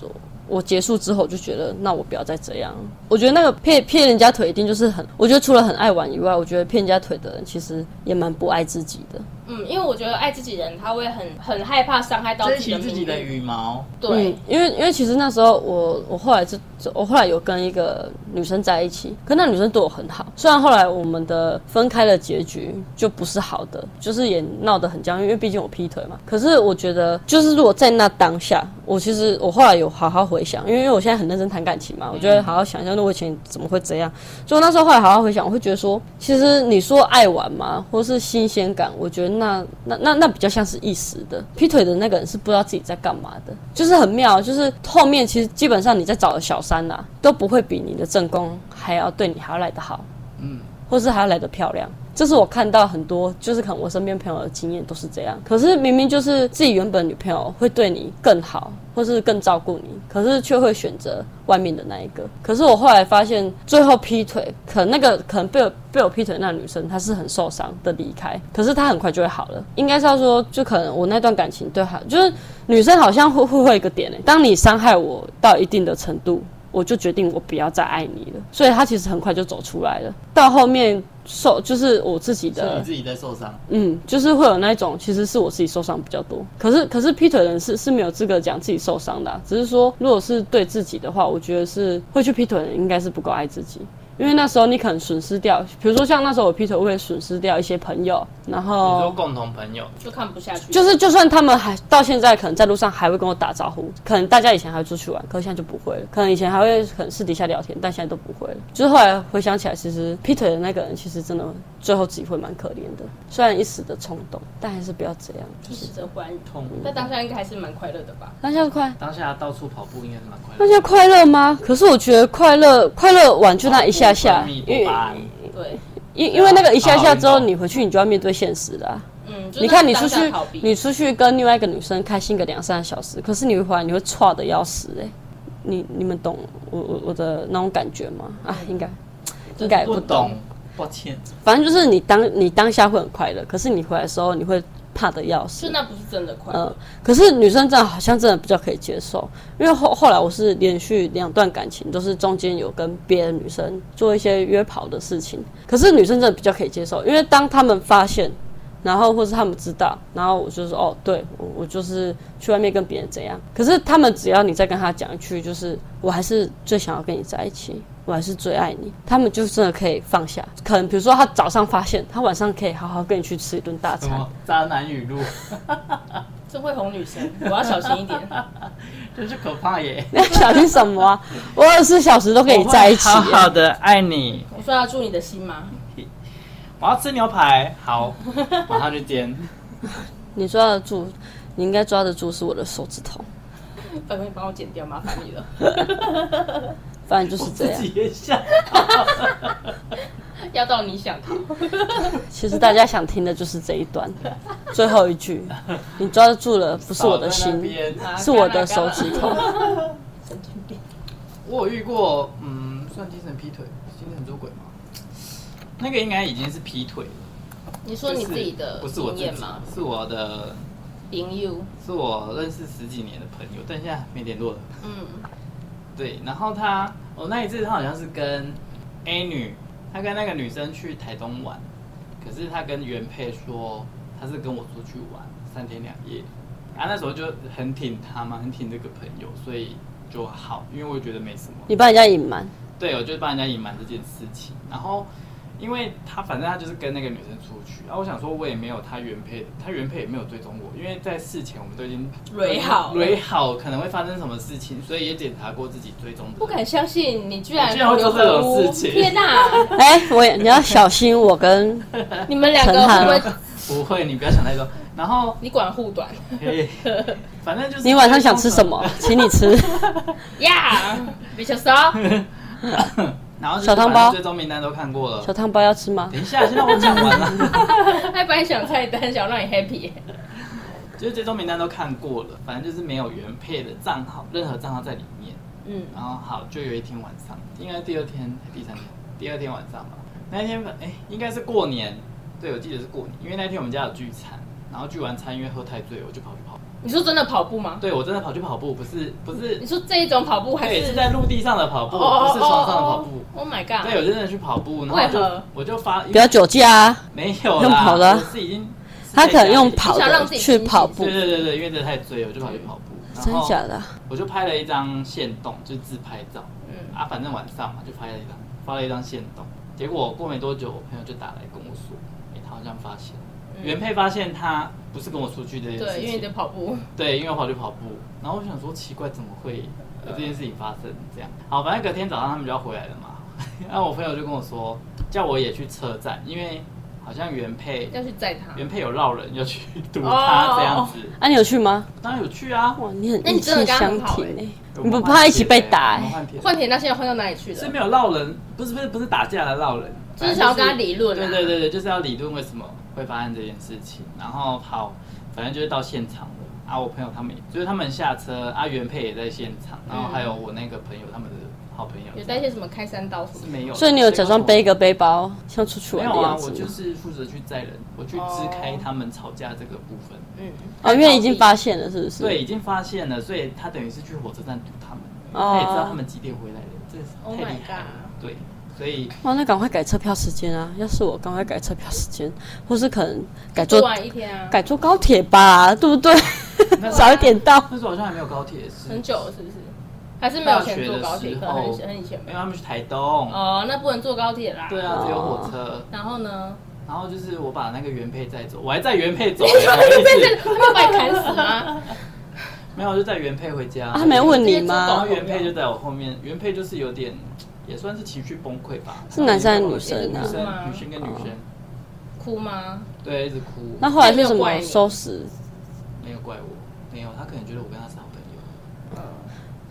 Speaker 3: 我结束之后我就觉得，那我不要再这样。我觉得那个骗骗人家腿一定就是很，我觉得除了很爱玩以外，我觉得骗人家腿的人其实也蛮不爱自己的。
Speaker 1: 嗯，因为我觉得爱自己人，他会很很害怕伤害到
Speaker 2: 珍
Speaker 1: 自己
Speaker 2: 惜
Speaker 1: 的
Speaker 2: 自
Speaker 1: 名
Speaker 2: 己的
Speaker 1: 誉
Speaker 2: 羽毛，
Speaker 1: 对，
Speaker 3: 嗯，因为因为其实那时候我我后来是，我后来有跟一个女生在一起，可那女生对我很好，虽然后来我们的分开的结局就不是好的，就是也闹得很僵，因为毕竟我劈腿嘛。可是我觉得，就是如果在那当下，我其实我后来有好好回想，因为因为我现在很认真谈感情嘛，我就会好好想一下，那我以前怎么会这样？就那时候后来好好回想，我会觉得说，其实你说爱玩嘛，或是新鲜感，我觉得那那那那比较像是一时的。劈腿的那个人是不知道自己在干嘛的，就是很妙，就是后面其实基本上你在找的小三呐、都不会比你的正宫还要对你还要来得好，
Speaker 2: 嗯，
Speaker 3: 或是还要来得漂亮。这是我看到很多，就是可能我身边朋友的经验都是这样。可是明明就是自己原本女朋友会对你更好，或是更照顾你，可是却会选择外面的那一个。可是我后来发现，最后劈腿，可能那个可能被我被我劈腿那女生，她是很受伤的离开，可是她很快就会好了。应该是要说，就可能我那段感情对她，就是女生好像会会会有一个点诶、欸当你伤害我到一定的程度，我就决定我不要再爱你了。所以她其实很快就走出来了。到后面受就是我自己
Speaker 2: 是
Speaker 3: 的
Speaker 2: 你自己在受伤。
Speaker 3: 嗯，就是会有那一种，其实是我自己受伤比较多。可是可是劈腿的人是是没有资格讲自己受伤的啊、只是说如果是对自己的话，我觉得是会去劈腿的人应该是不够爱自己。因为那时候你可能损失掉，比如说像那时候我劈腿，我会损失掉一些朋友，然
Speaker 2: 你说
Speaker 3: 后
Speaker 2: 共同朋友，
Speaker 1: 就看不下去，
Speaker 3: 就是就算他们还到现在可能在路上还会跟我打招呼，可能大家以前还会出去玩，可是现在就不会了，可能以前还会可能私底下聊天，但现在都不会了。就是后来回想起来，其实劈腿的那个人其实真的最后自己会蛮可怜的，虽然一时的冲动，但还是不要这样。
Speaker 1: 一时的欢愉，
Speaker 2: 痛苦。
Speaker 1: 但当下应该还是蛮快乐的吧？
Speaker 3: 当下快，
Speaker 2: 当下到处跑步应该是蛮快乐
Speaker 3: 当下快乐吗？可是我觉得快乐快乐完就那一下下，因为
Speaker 1: 对，
Speaker 3: 因因为那个一下
Speaker 2: 好好
Speaker 3: 下
Speaker 2: 运
Speaker 3: 之后，
Speaker 2: 动
Speaker 3: 你回去你就要面对现实了啊、
Speaker 1: 嗯，就是
Speaker 3: 你看你
Speaker 1: 当
Speaker 3: 出
Speaker 1: 下
Speaker 3: 去
Speaker 1: 逃，避
Speaker 3: 你出去跟另外一个女生开心个两三个小时，可是你回来你会差的要死哎、你你们懂我我我的那种感觉吗？啊，应该应该也
Speaker 2: 不
Speaker 3: 不懂，
Speaker 2: 懂，抱 歉。
Speaker 3: 反正就是你当你当下会很快乐，可是你回来的时候你会怕的要死
Speaker 1: 就。那不是真的快乐
Speaker 3: 嗯，，可是女生这样好像真的比较可以接受，因为后后来我是连续两段感情都是中间有跟别的女生做一些约跑的事情，可是女生真的比较可以接受，因为当他们发现，然后或是他们知道，然后我就说哦，对我我就是去外面跟别人怎样，可是他们只要你再跟他讲一句，就是我还是最想要跟你在一起。我还是最爱你，他们就真的可以放下。可能比如说，他早上发现，他晚上可以好好跟你去吃一顿大
Speaker 2: 什
Speaker 3: 餐。
Speaker 2: 么渣男语录，
Speaker 1: 这会哄女生，我要小心一点。
Speaker 2: 真是可怕耶！
Speaker 3: 你要 小心什么啊？我二十四小时都跟你在一起、啊
Speaker 2: 我会好好的爱你。
Speaker 1: 我说要住你的心吗？
Speaker 2: 我要吃牛排，好， 马上去煎。
Speaker 3: 你抓得住，你应该抓得住是我的手指头。
Speaker 1: 拜托哎你帮我剪掉，麻烦你了。
Speaker 3: 反正就
Speaker 2: 我
Speaker 3: 是这
Speaker 2: 自
Speaker 3: 样
Speaker 2: 己。也想。
Speaker 1: 要到你想逃，
Speaker 3: 其实大家想听的就是这一段，最后一句。你抓得住了，不 是我的
Speaker 2: 倒在那
Speaker 3: 心，
Speaker 2: 边
Speaker 1: 啊
Speaker 3: 是我的手指。
Speaker 1: 干
Speaker 3: 头
Speaker 1: 啦。干啦神经病，
Speaker 2: 我有遇过，嗯，算精神劈腿，精神出轨吗？那个应该已经是劈腿了。
Speaker 1: 你说你自己的
Speaker 2: 就是不是我
Speaker 1: 经
Speaker 2: 自
Speaker 1: 验
Speaker 2: 己
Speaker 1: 吗？
Speaker 2: 是我的，
Speaker 1: 朋友，
Speaker 2: 是我认识十几年的朋友，但现在没联络了。
Speaker 1: 嗯，
Speaker 2: 对，然后他，我、那一次他好像是跟 A 女，他跟那个女生去台东玩，可是他跟原配说他是跟我出去玩三天两夜，啊那时候就很挺他嘛，很挺这个朋友，所以就好，因为我觉得没什么。
Speaker 3: 你帮人家隐瞒，
Speaker 2: 对，我就帮人家隐瞒这件事情。然后，因为他反正他就是跟那个女生出去，啊然、后我想说，我也没有他原配，他原配也没有追踪我，因为在事前我们都已经
Speaker 1: 蕊好
Speaker 2: 蕊好可能会发生什么事情，所以也检查过自己追踪的。
Speaker 1: 不敢相信你居
Speaker 2: 我
Speaker 1: 然
Speaker 2: 居然会做这种
Speaker 1: 有口误
Speaker 2: 事情
Speaker 1: 天 哪！
Speaker 3: 哎、我也你要小心，我跟
Speaker 1: 你们两个
Speaker 3: 陈汉
Speaker 1: 会不会？
Speaker 2: 不会，你不要想太多。然后，
Speaker 1: 你管护短
Speaker 2: 嘿反正就是
Speaker 3: 你晚上想吃什么，请你 吃。
Speaker 1: 呀？比较少，
Speaker 2: 然后就是
Speaker 3: 小汤包
Speaker 2: 反正追踪名单都看过了
Speaker 3: 小。汤包要吃吗？
Speaker 2: 等一下，现在我讲完了。
Speaker 1: 还把你想菜单，想让你 happy。
Speaker 2: 就是追踪名单都看过了，反正就是没有原配的账号，任何账号在里面。
Speaker 1: 嗯，
Speaker 2: 然后好，就有一天晚上，应该第二天、第三天，第二天晚上吧。那一天反哎，应该是过年，对我记得是过年，因为那天我们家有聚餐，然后聚完餐因为喝太醉，我就跑去跑步。
Speaker 1: 你说真的跑步吗？
Speaker 2: 对我真的跑去跑步，不是不是
Speaker 1: 你，说这一种跑步还
Speaker 2: 对，
Speaker 1: 是哦
Speaker 2: 是在陆地上的
Speaker 3: 哦
Speaker 2: 跑步，不是床上的跑步。
Speaker 1: ？Oh my god！
Speaker 2: 对，我真的去跑步，然后我
Speaker 1: 为何
Speaker 2: 就我就发，
Speaker 3: 不要酒驾啊！
Speaker 2: 没有
Speaker 3: 用
Speaker 2: 啦，
Speaker 3: 跑的啊
Speaker 2: 我是已经
Speaker 3: 他可能用跑
Speaker 1: 你想
Speaker 3: 的
Speaker 1: 让自己
Speaker 3: 去跑步
Speaker 2: 对，对对对，因为真的太醉，我就跑去跑步，
Speaker 3: 真
Speaker 2: 然后
Speaker 3: 假的啊？
Speaker 2: 我就拍了一张现动，就自拍照
Speaker 1: 嗯，
Speaker 2: 啊，反正晚上嘛，就拍了一张，发了一张现动。结果过没多久，我朋友就打来跟我说，哎、他好像发现
Speaker 1: 嗯
Speaker 2: 原配发现他不是跟我出去这件事
Speaker 1: 对，因为
Speaker 2: 情，
Speaker 1: 你在跑步，
Speaker 2: 对，因为我跑去跑步，然后我想说奇怪，怎么会有这件事情发生？这样，好，反正隔天早上他们就要回来了嘛。 然后我朋友就跟我说，叫我也去车站，因为好像原配
Speaker 1: 要去载他。
Speaker 2: 原配有绕人要去堵
Speaker 1: 哦
Speaker 2: 他这样子。
Speaker 3: 啊，你有去吗？
Speaker 2: 当然有去啊，
Speaker 3: 哇，你很
Speaker 1: 那你
Speaker 3: 义
Speaker 1: 真的
Speaker 3: 气
Speaker 1: 跟他
Speaker 3: 相
Speaker 1: 很好
Speaker 3: 挺
Speaker 1: 欸
Speaker 3: 哎！你不怕一起被打
Speaker 2: 我们
Speaker 3: 哎？
Speaker 2: 换帖
Speaker 1: 换田那现在换到哪里去
Speaker 2: 是
Speaker 1: 了？
Speaker 2: 没有闹人，不是不是不是打架的闹人，
Speaker 1: 就是想要跟他理论啊
Speaker 2: 对对对对，就是要理论为什么会发生这件事情。然后好，反正就是到现场了啊，我朋友他们也就是他们下车，啊原配也在现场，然
Speaker 1: 嗯
Speaker 2: 后还有我那个朋友他们的好朋友
Speaker 1: 有带一些什么开山刀什
Speaker 2: 是
Speaker 1: 么？
Speaker 2: 没有的，
Speaker 3: 所以你有假装背一
Speaker 2: 个
Speaker 3: 个背包，像出去
Speaker 2: 没
Speaker 3: 玩的
Speaker 2: 有啊
Speaker 3: 样，
Speaker 2: 我
Speaker 3: 子
Speaker 2: 就
Speaker 3: 吗？
Speaker 2: 是负责去载人，我去支开他们吵架这个部分。
Speaker 1: 嗯，
Speaker 3: 哦，因为已经发现了，是不是？
Speaker 2: 对，已经发现了，所以他等于是去火车站堵他们，他
Speaker 3: 哦
Speaker 2: 也知道他们几点回来的，这是
Speaker 1: Oh
Speaker 2: 太
Speaker 1: my
Speaker 2: 厉害了。对，所以
Speaker 3: 哇，那赶快改车票时间啊！要是我，赶快改车票时间，或是可能改
Speaker 1: 做
Speaker 3: 坐
Speaker 1: 完一天啊，
Speaker 3: 改坐高铁吧，对不对？ 早一点到。
Speaker 2: 那时候好像还没有高铁，是
Speaker 1: 很久了是不是？还是没有钱坐高铁，
Speaker 2: 大学
Speaker 1: 可
Speaker 2: 的时候
Speaker 1: 能很很以前没
Speaker 2: 没
Speaker 1: 有。
Speaker 2: 有，他们去台东。
Speaker 1: 哦，那不能坐高铁啦。
Speaker 2: 对啊，只有火车。
Speaker 1: 然后呢？
Speaker 2: 然后就是我把那个原配载走，我还载原配 走，
Speaker 1: 你把那个
Speaker 2: 我一
Speaker 1: 被
Speaker 2: 直
Speaker 1: 会把你砍死吗？
Speaker 2: 没有，我就载原配回家。
Speaker 3: 啊他没 问你
Speaker 2: 然后
Speaker 3: 吗？
Speaker 2: 原配就在我后面，原配就是有点，也算是情绪崩溃吧。
Speaker 3: 是男生还是女
Speaker 2: 女
Speaker 3: 生啊
Speaker 2: 生，女生跟女生，
Speaker 1: 哭吗？
Speaker 2: 对，一直哭。
Speaker 3: 那后来是怎
Speaker 1: 那没有
Speaker 3: 么
Speaker 1: 怪你
Speaker 3: 收拾？
Speaker 2: 没有怪我，没有，他可能觉得我跟他是好朋友。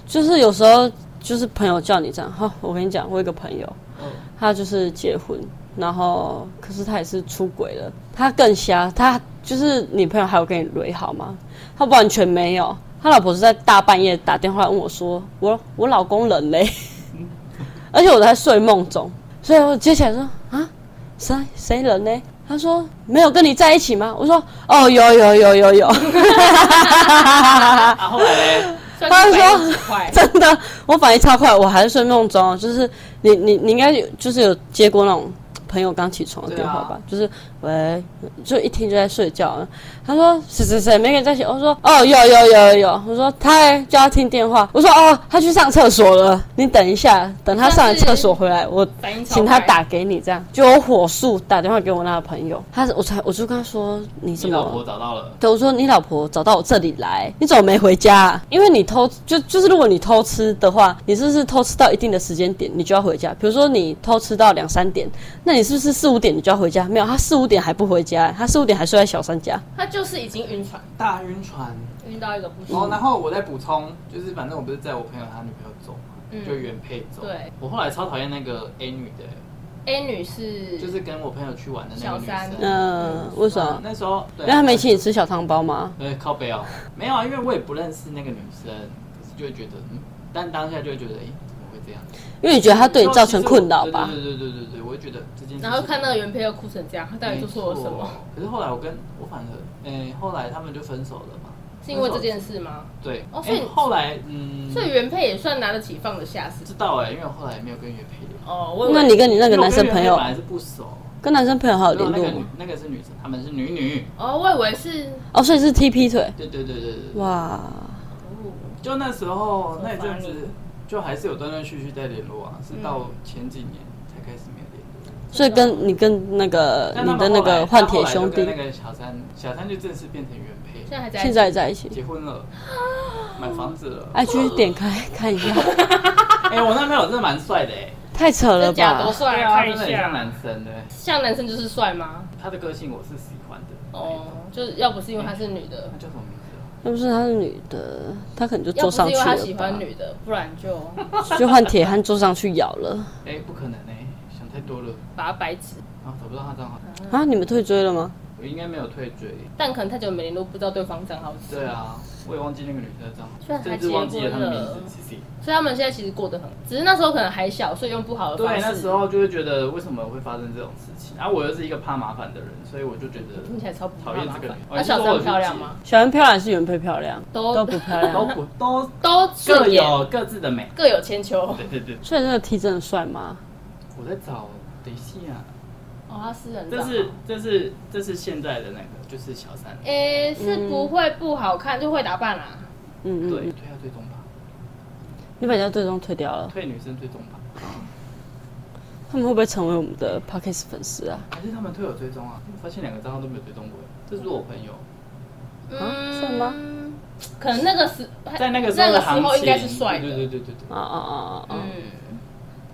Speaker 3: 就是有时候就是朋友叫你这样，哈、我跟你讲，我有一个朋友，
Speaker 2: 嗯
Speaker 3: 他就是结婚，然后可是他也是出轨了，他更瞎，他就是女朋友还有跟你雷好吗？他完全没有，他老婆是在大半夜打电话问我说，我我老公人嘞，而且我在睡梦中，所以我接起来说啊，谁谁人呢？他说没有跟你在一起吗？我说哦，有有有有有，
Speaker 2: 啊，后来 嘞，
Speaker 1: 算
Speaker 3: 他
Speaker 1: 是
Speaker 3: 说。
Speaker 1: 百几块
Speaker 3: 真的，我反应超快，我还是睡梦中，就是你你你应该有就是有接过那种朋友刚起床的电话
Speaker 2: 啊
Speaker 3: 吧，就是喂，就一听就在睡觉。他说谁谁谁没跟你在一起，我说哦有有有有有，我说哦他还叫他听电话，我说哦他去上厕所了，你等一下，等他上完厕所回来，我
Speaker 1: 反应超
Speaker 3: 请他
Speaker 1: 快
Speaker 3: 打给你，这样就我火速打电话给我那个朋友，他我才我就跟他说你
Speaker 2: 你
Speaker 3: 怎么
Speaker 2: 老婆找到了，
Speaker 3: 对，我说你老婆找到我这里来，你怎么没回家、因为你偷就就是如果你偷吃的话，你是不是偷吃到一定的时间点，你就要回家？比如说你偷吃到两三点，那你是不是四五点你就要回家？没有，他四五点还不回家，他四五点还睡在小三家。
Speaker 1: 他就是已经晕船，
Speaker 2: 大晕船。
Speaker 3: 嗯
Speaker 1: 晕到一个不行。
Speaker 2: 哦，然后我再补充，就是反正我不是载我朋友他女朋友走嘛，
Speaker 1: 嗯
Speaker 2: 就原配走。
Speaker 1: 对，
Speaker 2: 我后来超讨厌那个 A 女的，
Speaker 1: A 女是
Speaker 2: 就是跟我朋友去玩的那个
Speaker 1: 小
Speaker 2: 女
Speaker 1: 三
Speaker 2: 生。
Speaker 3: 嗯、为什
Speaker 2: 啊
Speaker 3: 么？
Speaker 2: 那时候对，
Speaker 3: 因为他没请你吃小汤包吗？
Speaker 2: 对靠背哦，没有啊，因为我也不认识那个女生，可是就会觉得，嗯，但当下就会觉得，哎、怎么会这样？
Speaker 3: 因为你觉得他
Speaker 2: 哦
Speaker 3: 对你造成困扰吧？
Speaker 2: 对对对对对对，我会觉得这件事情。
Speaker 1: 然后看到原配又哭成这样，他到底做错了什
Speaker 2: 没
Speaker 1: 么
Speaker 2: 错？？可是后来我跟我反而，哎、后来他们就分手了嘛。
Speaker 1: 是因为这件事吗？
Speaker 2: 对，
Speaker 1: 哦所以
Speaker 2: 诶后来嗯，
Speaker 1: 所以原配也算拿得起放得下是
Speaker 2: 不？知道哎、因为我后来也没有跟原配联络。
Speaker 1: 哦，我以为
Speaker 3: 那你跟你那个
Speaker 2: 因为我
Speaker 3: 男
Speaker 2: 跟
Speaker 3: 生
Speaker 2: 原
Speaker 3: 朋
Speaker 2: 配
Speaker 3: 友
Speaker 2: 本，来是不熟，
Speaker 3: 跟男生朋友还有
Speaker 2: 没有
Speaker 3: 联
Speaker 2: 那
Speaker 3: 络
Speaker 2: 个
Speaker 3: 吗
Speaker 2: 女？那个是女生，他们是女女。
Speaker 1: 哦，我以为是
Speaker 3: 哦，所以是踢劈腿。
Speaker 2: 对对对对对。
Speaker 3: 哇，
Speaker 1: 哦
Speaker 2: 就那时候那一阵
Speaker 1: 我发
Speaker 2: 子
Speaker 1: 你，
Speaker 2: 就还是有断断续续在联络啊，
Speaker 1: 嗯
Speaker 2: 是到前几年才开始没有联络。啊
Speaker 3: 所以跟你跟那个
Speaker 2: 但
Speaker 3: 呃你
Speaker 2: 他
Speaker 3: 的
Speaker 2: 们
Speaker 3: 那
Speaker 2: 后来
Speaker 3: 个换铁兄
Speaker 2: 他后
Speaker 3: 弟
Speaker 2: 来就跟那个小三，小三就正式变成原
Speaker 1: 现
Speaker 2: 配，
Speaker 1: 在还在
Speaker 3: 现在还在一起。
Speaker 2: 结婚了，买房子了。
Speaker 3: IG 点开看一下，
Speaker 2: 哎，我那朋友真的蛮帅的哎，
Speaker 3: 太扯了
Speaker 1: 真假多
Speaker 3: 吧！
Speaker 1: 帅
Speaker 2: 对
Speaker 1: 啊，
Speaker 2: 啊，
Speaker 1: 看一
Speaker 2: 真的很像
Speaker 1: 下。
Speaker 2: 男生的，欸
Speaker 1: 像男生就是帅吗？
Speaker 2: 他的个性我是喜欢的。
Speaker 1: 哦，就是要不是因为她是女的
Speaker 2: 那，叫什么名字啊？
Speaker 3: 要不是她是女的，她可能就
Speaker 1: 要
Speaker 3: 坐
Speaker 1: 不是
Speaker 3: 上
Speaker 1: 因
Speaker 3: 去
Speaker 1: 为
Speaker 3: 了
Speaker 1: 她
Speaker 3: 吧，
Speaker 1: 喜欢女的，不然就
Speaker 3: 就换铁汉坐上去咬了
Speaker 2: 哎，不可能哎，想太多了，
Speaker 1: 把她白纸。嗯
Speaker 2: 啊，找不到他账号。
Speaker 3: 啊！你们退追了吗？
Speaker 2: 我应该没有退追。
Speaker 1: 但可能太久没联络，不知道对方账号是什么
Speaker 2: 对啊，我也忘记那个女生的账
Speaker 1: 虽
Speaker 2: 号，
Speaker 1: 然她
Speaker 2: 甚至忘记了她的
Speaker 1: 结婚了
Speaker 2: 名字。谢谢。
Speaker 1: 所以他们现在其实过得很，只是那时候可能还小，所以用不好的方
Speaker 2: 对，
Speaker 1: 式。
Speaker 2: 那时候就会觉得为什么会发生这种事情？然、后我又是一个怕麻烦的人，所以我就觉
Speaker 1: 听起
Speaker 2: 得
Speaker 1: 来超不
Speaker 2: 讨厌这个
Speaker 1: 麻烦
Speaker 2: 女哦
Speaker 1: 那
Speaker 2: 你是
Speaker 1: 小
Speaker 2: 说
Speaker 1: 三
Speaker 2: 我去
Speaker 1: 漂亮
Speaker 2: 挤
Speaker 1: 吗？
Speaker 3: 小圆漂亮还是原配漂亮？
Speaker 1: 都
Speaker 3: 都不漂
Speaker 2: 都
Speaker 3: 亮。
Speaker 2: 不 都
Speaker 1: 都
Speaker 2: 各
Speaker 1: 顺眼，
Speaker 2: 有各自的美。
Speaker 1: 各有千秋。哦，
Speaker 2: 对对对，
Speaker 3: 所以那个 T 真的帅吗？
Speaker 2: 我在找，等一下，
Speaker 1: 哦他私人账
Speaker 2: 这
Speaker 1: 号
Speaker 2: 是这是这是现在的那个，就是小三。
Speaker 1: 诶、是不会不好看，就会打扮啊啦、
Speaker 3: 嗯嗯，
Speaker 2: 对，
Speaker 3: 嗯
Speaker 2: 推要追踪吧，
Speaker 3: 你把人家最终退掉了，
Speaker 2: 退女生追踪吧，
Speaker 3: 他们会不会成为我们的 Pockets 粉丝啊？
Speaker 2: 还是他们退我追踪啊？我发现两个账号都没有追踪过，这是我朋友。
Speaker 1: 嗯，
Speaker 3: 算吗？
Speaker 1: 可能那个时
Speaker 2: 在那个时
Speaker 1: 那
Speaker 2: 候
Speaker 1: 个
Speaker 2: 的
Speaker 1: 时
Speaker 2: 行
Speaker 1: 候
Speaker 2: 情，
Speaker 1: 应该是帅的。哦
Speaker 2: 对对对对对
Speaker 3: 啊啊啊啊啊！
Speaker 1: 嗯，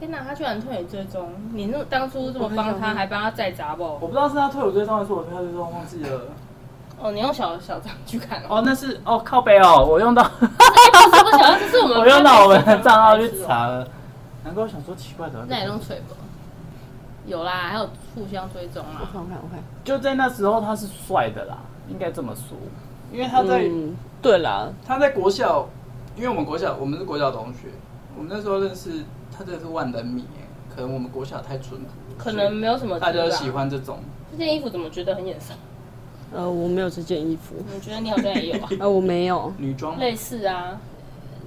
Speaker 1: 天哪，他居然退你追踪，你那当初这么帮他，还帮他再砸
Speaker 2: 我
Speaker 1: 不？
Speaker 2: 不知道是他退我追踪还是我退他追踪，忘记了。
Speaker 1: 哦，你用小小账去看哦。
Speaker 2: 哦，那是哦靠背哦，我用到
Speaker 1: 不是不是小哦账，这是我们
Speaker 2: 我用到我们的账号去
Speaker 1: 白痴哦
Speaker 2: 查了，难怪我想说奇怪的。
Speaker 1: 那也弄吹吧。有啦，还有互相追踪
Speaker 3: 我
Speaker 1: 啊。
Speaker 3: 看我看我看，
Speaker 2: 就在那时候他是帅的啦，应该这么说，因为他在、
Speaker 3: 嗯，对啦，
Speaker 2: 他在国小，因为我们国小我们是国小同学，我们那时候认识他真的是万人迷耶，可能我们国小太淳朴了，
Speaker 1: 可能没有什么
Speaker 2: 所以大家都
Speaker 1: 知道
Speaker 2: 喜欢这种。
Speaker 1: 这件衣服，怎么觉得很眼熟？
Speaker 3: 呃，我没有这件衣服，
Speaker 1: 我觉得你好像也有啊，
Speaker 3: 呃，我没有，
Speaker 2: 女装
Speaker 1: 类似啊。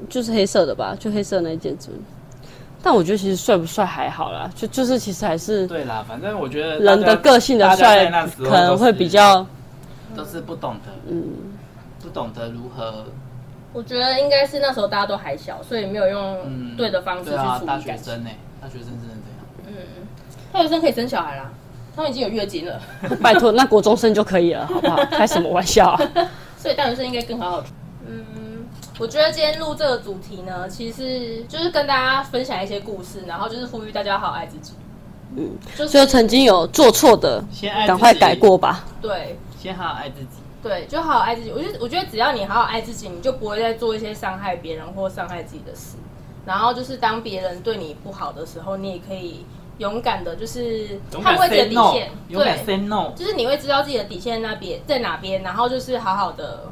Speaker 3: 就是黑色的吧，就黑色那一件子。但我觉得其实帅不帅还好啦，就就是其实还是
Speaker 2: 对啦，反正我觉得
Speaker 3: 人的个性的帅可能会比较
Speaker 2: 都是不懂得，
Speaker 3: 嗯，
Speaker 2: 不懂得如何
Speaker 1: 我觉得应该是那时候大家都还小，所以没有用
Speaker 2: 嗯
Speaker 1: 对的方式去
Speaker 2: 对啊，
Speaker 1: 处
Speaker 2: 大
Speaker 1: 理
Speaker 2: 学
Speaker 1: 感情。
Speaker 2: 生呢、大学生真的这样，
Speaker 1: 嗯，大学生可以生小孩啦，他们已经有月经了，
Speaker 3: 拜托那国中生就可以了，好不好？ 开什么玩笑啊！
Speaker 1: 所以大学生应该更好好。嗯，我觉得今天录这个主题呢，其实就是跟大家分享一些故事，然后就是呼吁大家好好爱自己。
Speaker 3: 嗯，
Speaker 1: 就是
Speaker 3: 就曾经有做错的，
Speaker 2: 先爱自己
Speaker 3: 赶快改过吧。
Speaker 1: 对
Speaker 2: 先好好爱自己。
Speaker 1: 对，就好好爱自己。我觉得，我觉得只要你好好爱自己，你就不会再做一些伤害别人或伤害自己的事。然后就是当别人对你不好的时候，你也可以勇敢的，就是
Speaker 2: 勇
Speaker 1: 捍
Speaker 2: 敢
Speaker 1: 卫自己的
Speaker 2: say
Speaker 1: 底
Speaker 2: no，
Speaker 1: 线。
Speaker 2: 勇敢
Speaker 1: 对
Speaker 2: say no。
Speaker 1: 就是你会知道自己的底线那边在哪边，然后就是好好的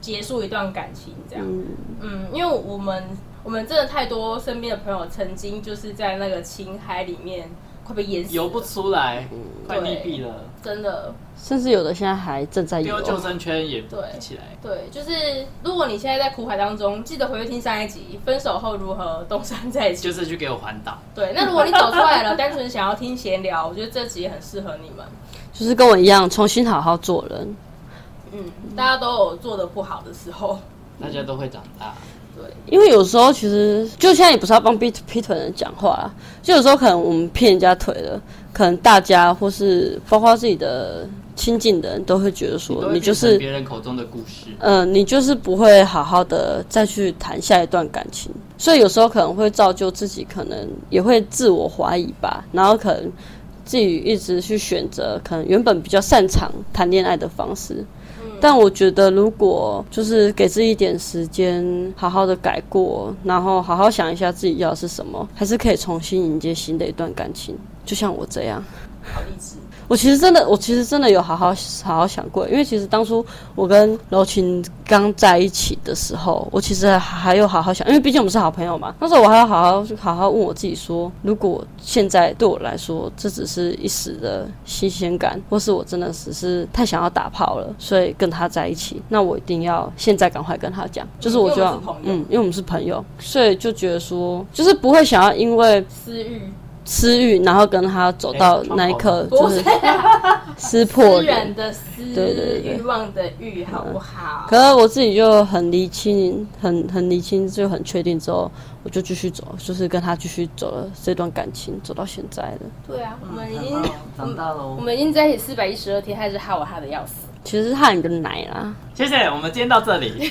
Speaker 1: 结束一段感情这样。
Speaker 3: 嗯，
Speaker 1: 嗯，因为我们我们真的太多身边的朋友曾经就是在那个情海里面快被淹死了，
Speaker 2: 游不出来，
Speaker 3: 嗯
Speaker 2: 快
Speaker 1: 对
Speaker 2: 溺毙了，
Speaker 1: 真的
Speaker 3: 甚至有的现在还正在有
Speaker 2: 丢。救生圈也不
Speaker 1: 对
Speaker 2: 起来。
Speaker 1: 对，就是如果你现在在苦海当中，记得回去听上一集分手后如何东山再起。
Speaker 2: 就是去给我环岛，
Speaker 1: 对，那如果你走出来了， 单纯想要听闲聊，我觉得这集也很适合你们。
Speaker 3: 就是跟我一样，重新好好做人。
Speaker 1: 嗯，大家都有做的不好的时候，
Speaker 2: 大家都会长大。
Speaker 3: 因为有时候其实就现在也不是要帮劈劈腿的人讲话啦，就有时候可能我们骗人家腿了，可能大家或是包括自己的亲近的人都会觉得
Speaker 2: 都
Speaker 3: 说
Speaker 2: 会
Speaker 3: 你就
Speaker 2: 变成
Speaker 3: 是
Speaker 2: 别人口中的故事。
Speaker 3: 嗯、你就是不会好好的再去谈下一段感情，所以有时候可能会造就自己，可能也会自我怀疑吧，然后可能自己一直去选择可能原本比较擅长谈恋爱的方式。但我觉得，如果就是给自己一点时间，好好的改过，然后好好想一下自己要的是什么，还是可以重新迎接新的一段感情。就像我这样，
Speaker 1: 好励志。
Speaker 3: 我其实真的，我其实真的有好好好好想过，因为其实当初我跟柔情刚在一起的时候，我其实还还有好好想，因为毕竟我们是好朋友嘛。那时候我还要好好好好问我自己说，如果现在对我来说这只是一时的新鲜感，或是我真的只是太想要打炮了，所以跟他在一起，那我一定要现在赶快跟他讲，就是我就要
Speaker 1: 因为我们是朋友
Speaker 3: 嗯，因为我们是朋友，所以就觉得说，就是不会想要因为
Speaker 1: 私欲
Speaker 3: 私欲，然后跟他走到
Speaker 2: 哎
Speaker 3: 那一刻就
Speaker 1: 不
Speaker 3: 是
Speaker 1: 是。
Speaker 3: 撕破
Speaker 1: 私
Speaker 3: 脸。
Speaker 1: 人的私，
Speaker 3: 对对对嗯
Speaker 1: 欲望的欲，好不好？
Speaker 3: 可是我自己就很厘清，很很厘清，就很确定之后，我就继续走，就是跟他继续走了这段感情，走到现在了。
Speaker 1: 对啊，我们已经、
Speaker 2: 长大哦
Speaker 1: 我
Speaker 2: 喽！
Speaker 1: 们已经在一起四百一十二天，他还是害我害的要死。
Speaker 3: 其实是汗跟奶啦，
Speaker 2: 谢谢，我们今天到这里。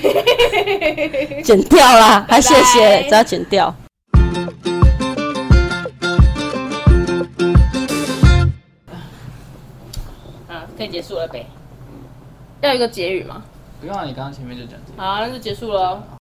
Speaker 3: 剪掉啦，还谢
Speaker 1: 拜
Speaker 3: 谢，
Speaker 1: 拜
Speaker 3: 只要剪掉。
Speaker 1: 啊，可以结嗯束了呗？要一个结语吗？
Speaker 2: 不用啊，你刚刚前面就讲这个。
Speaker 1: 好，那就结束了哦。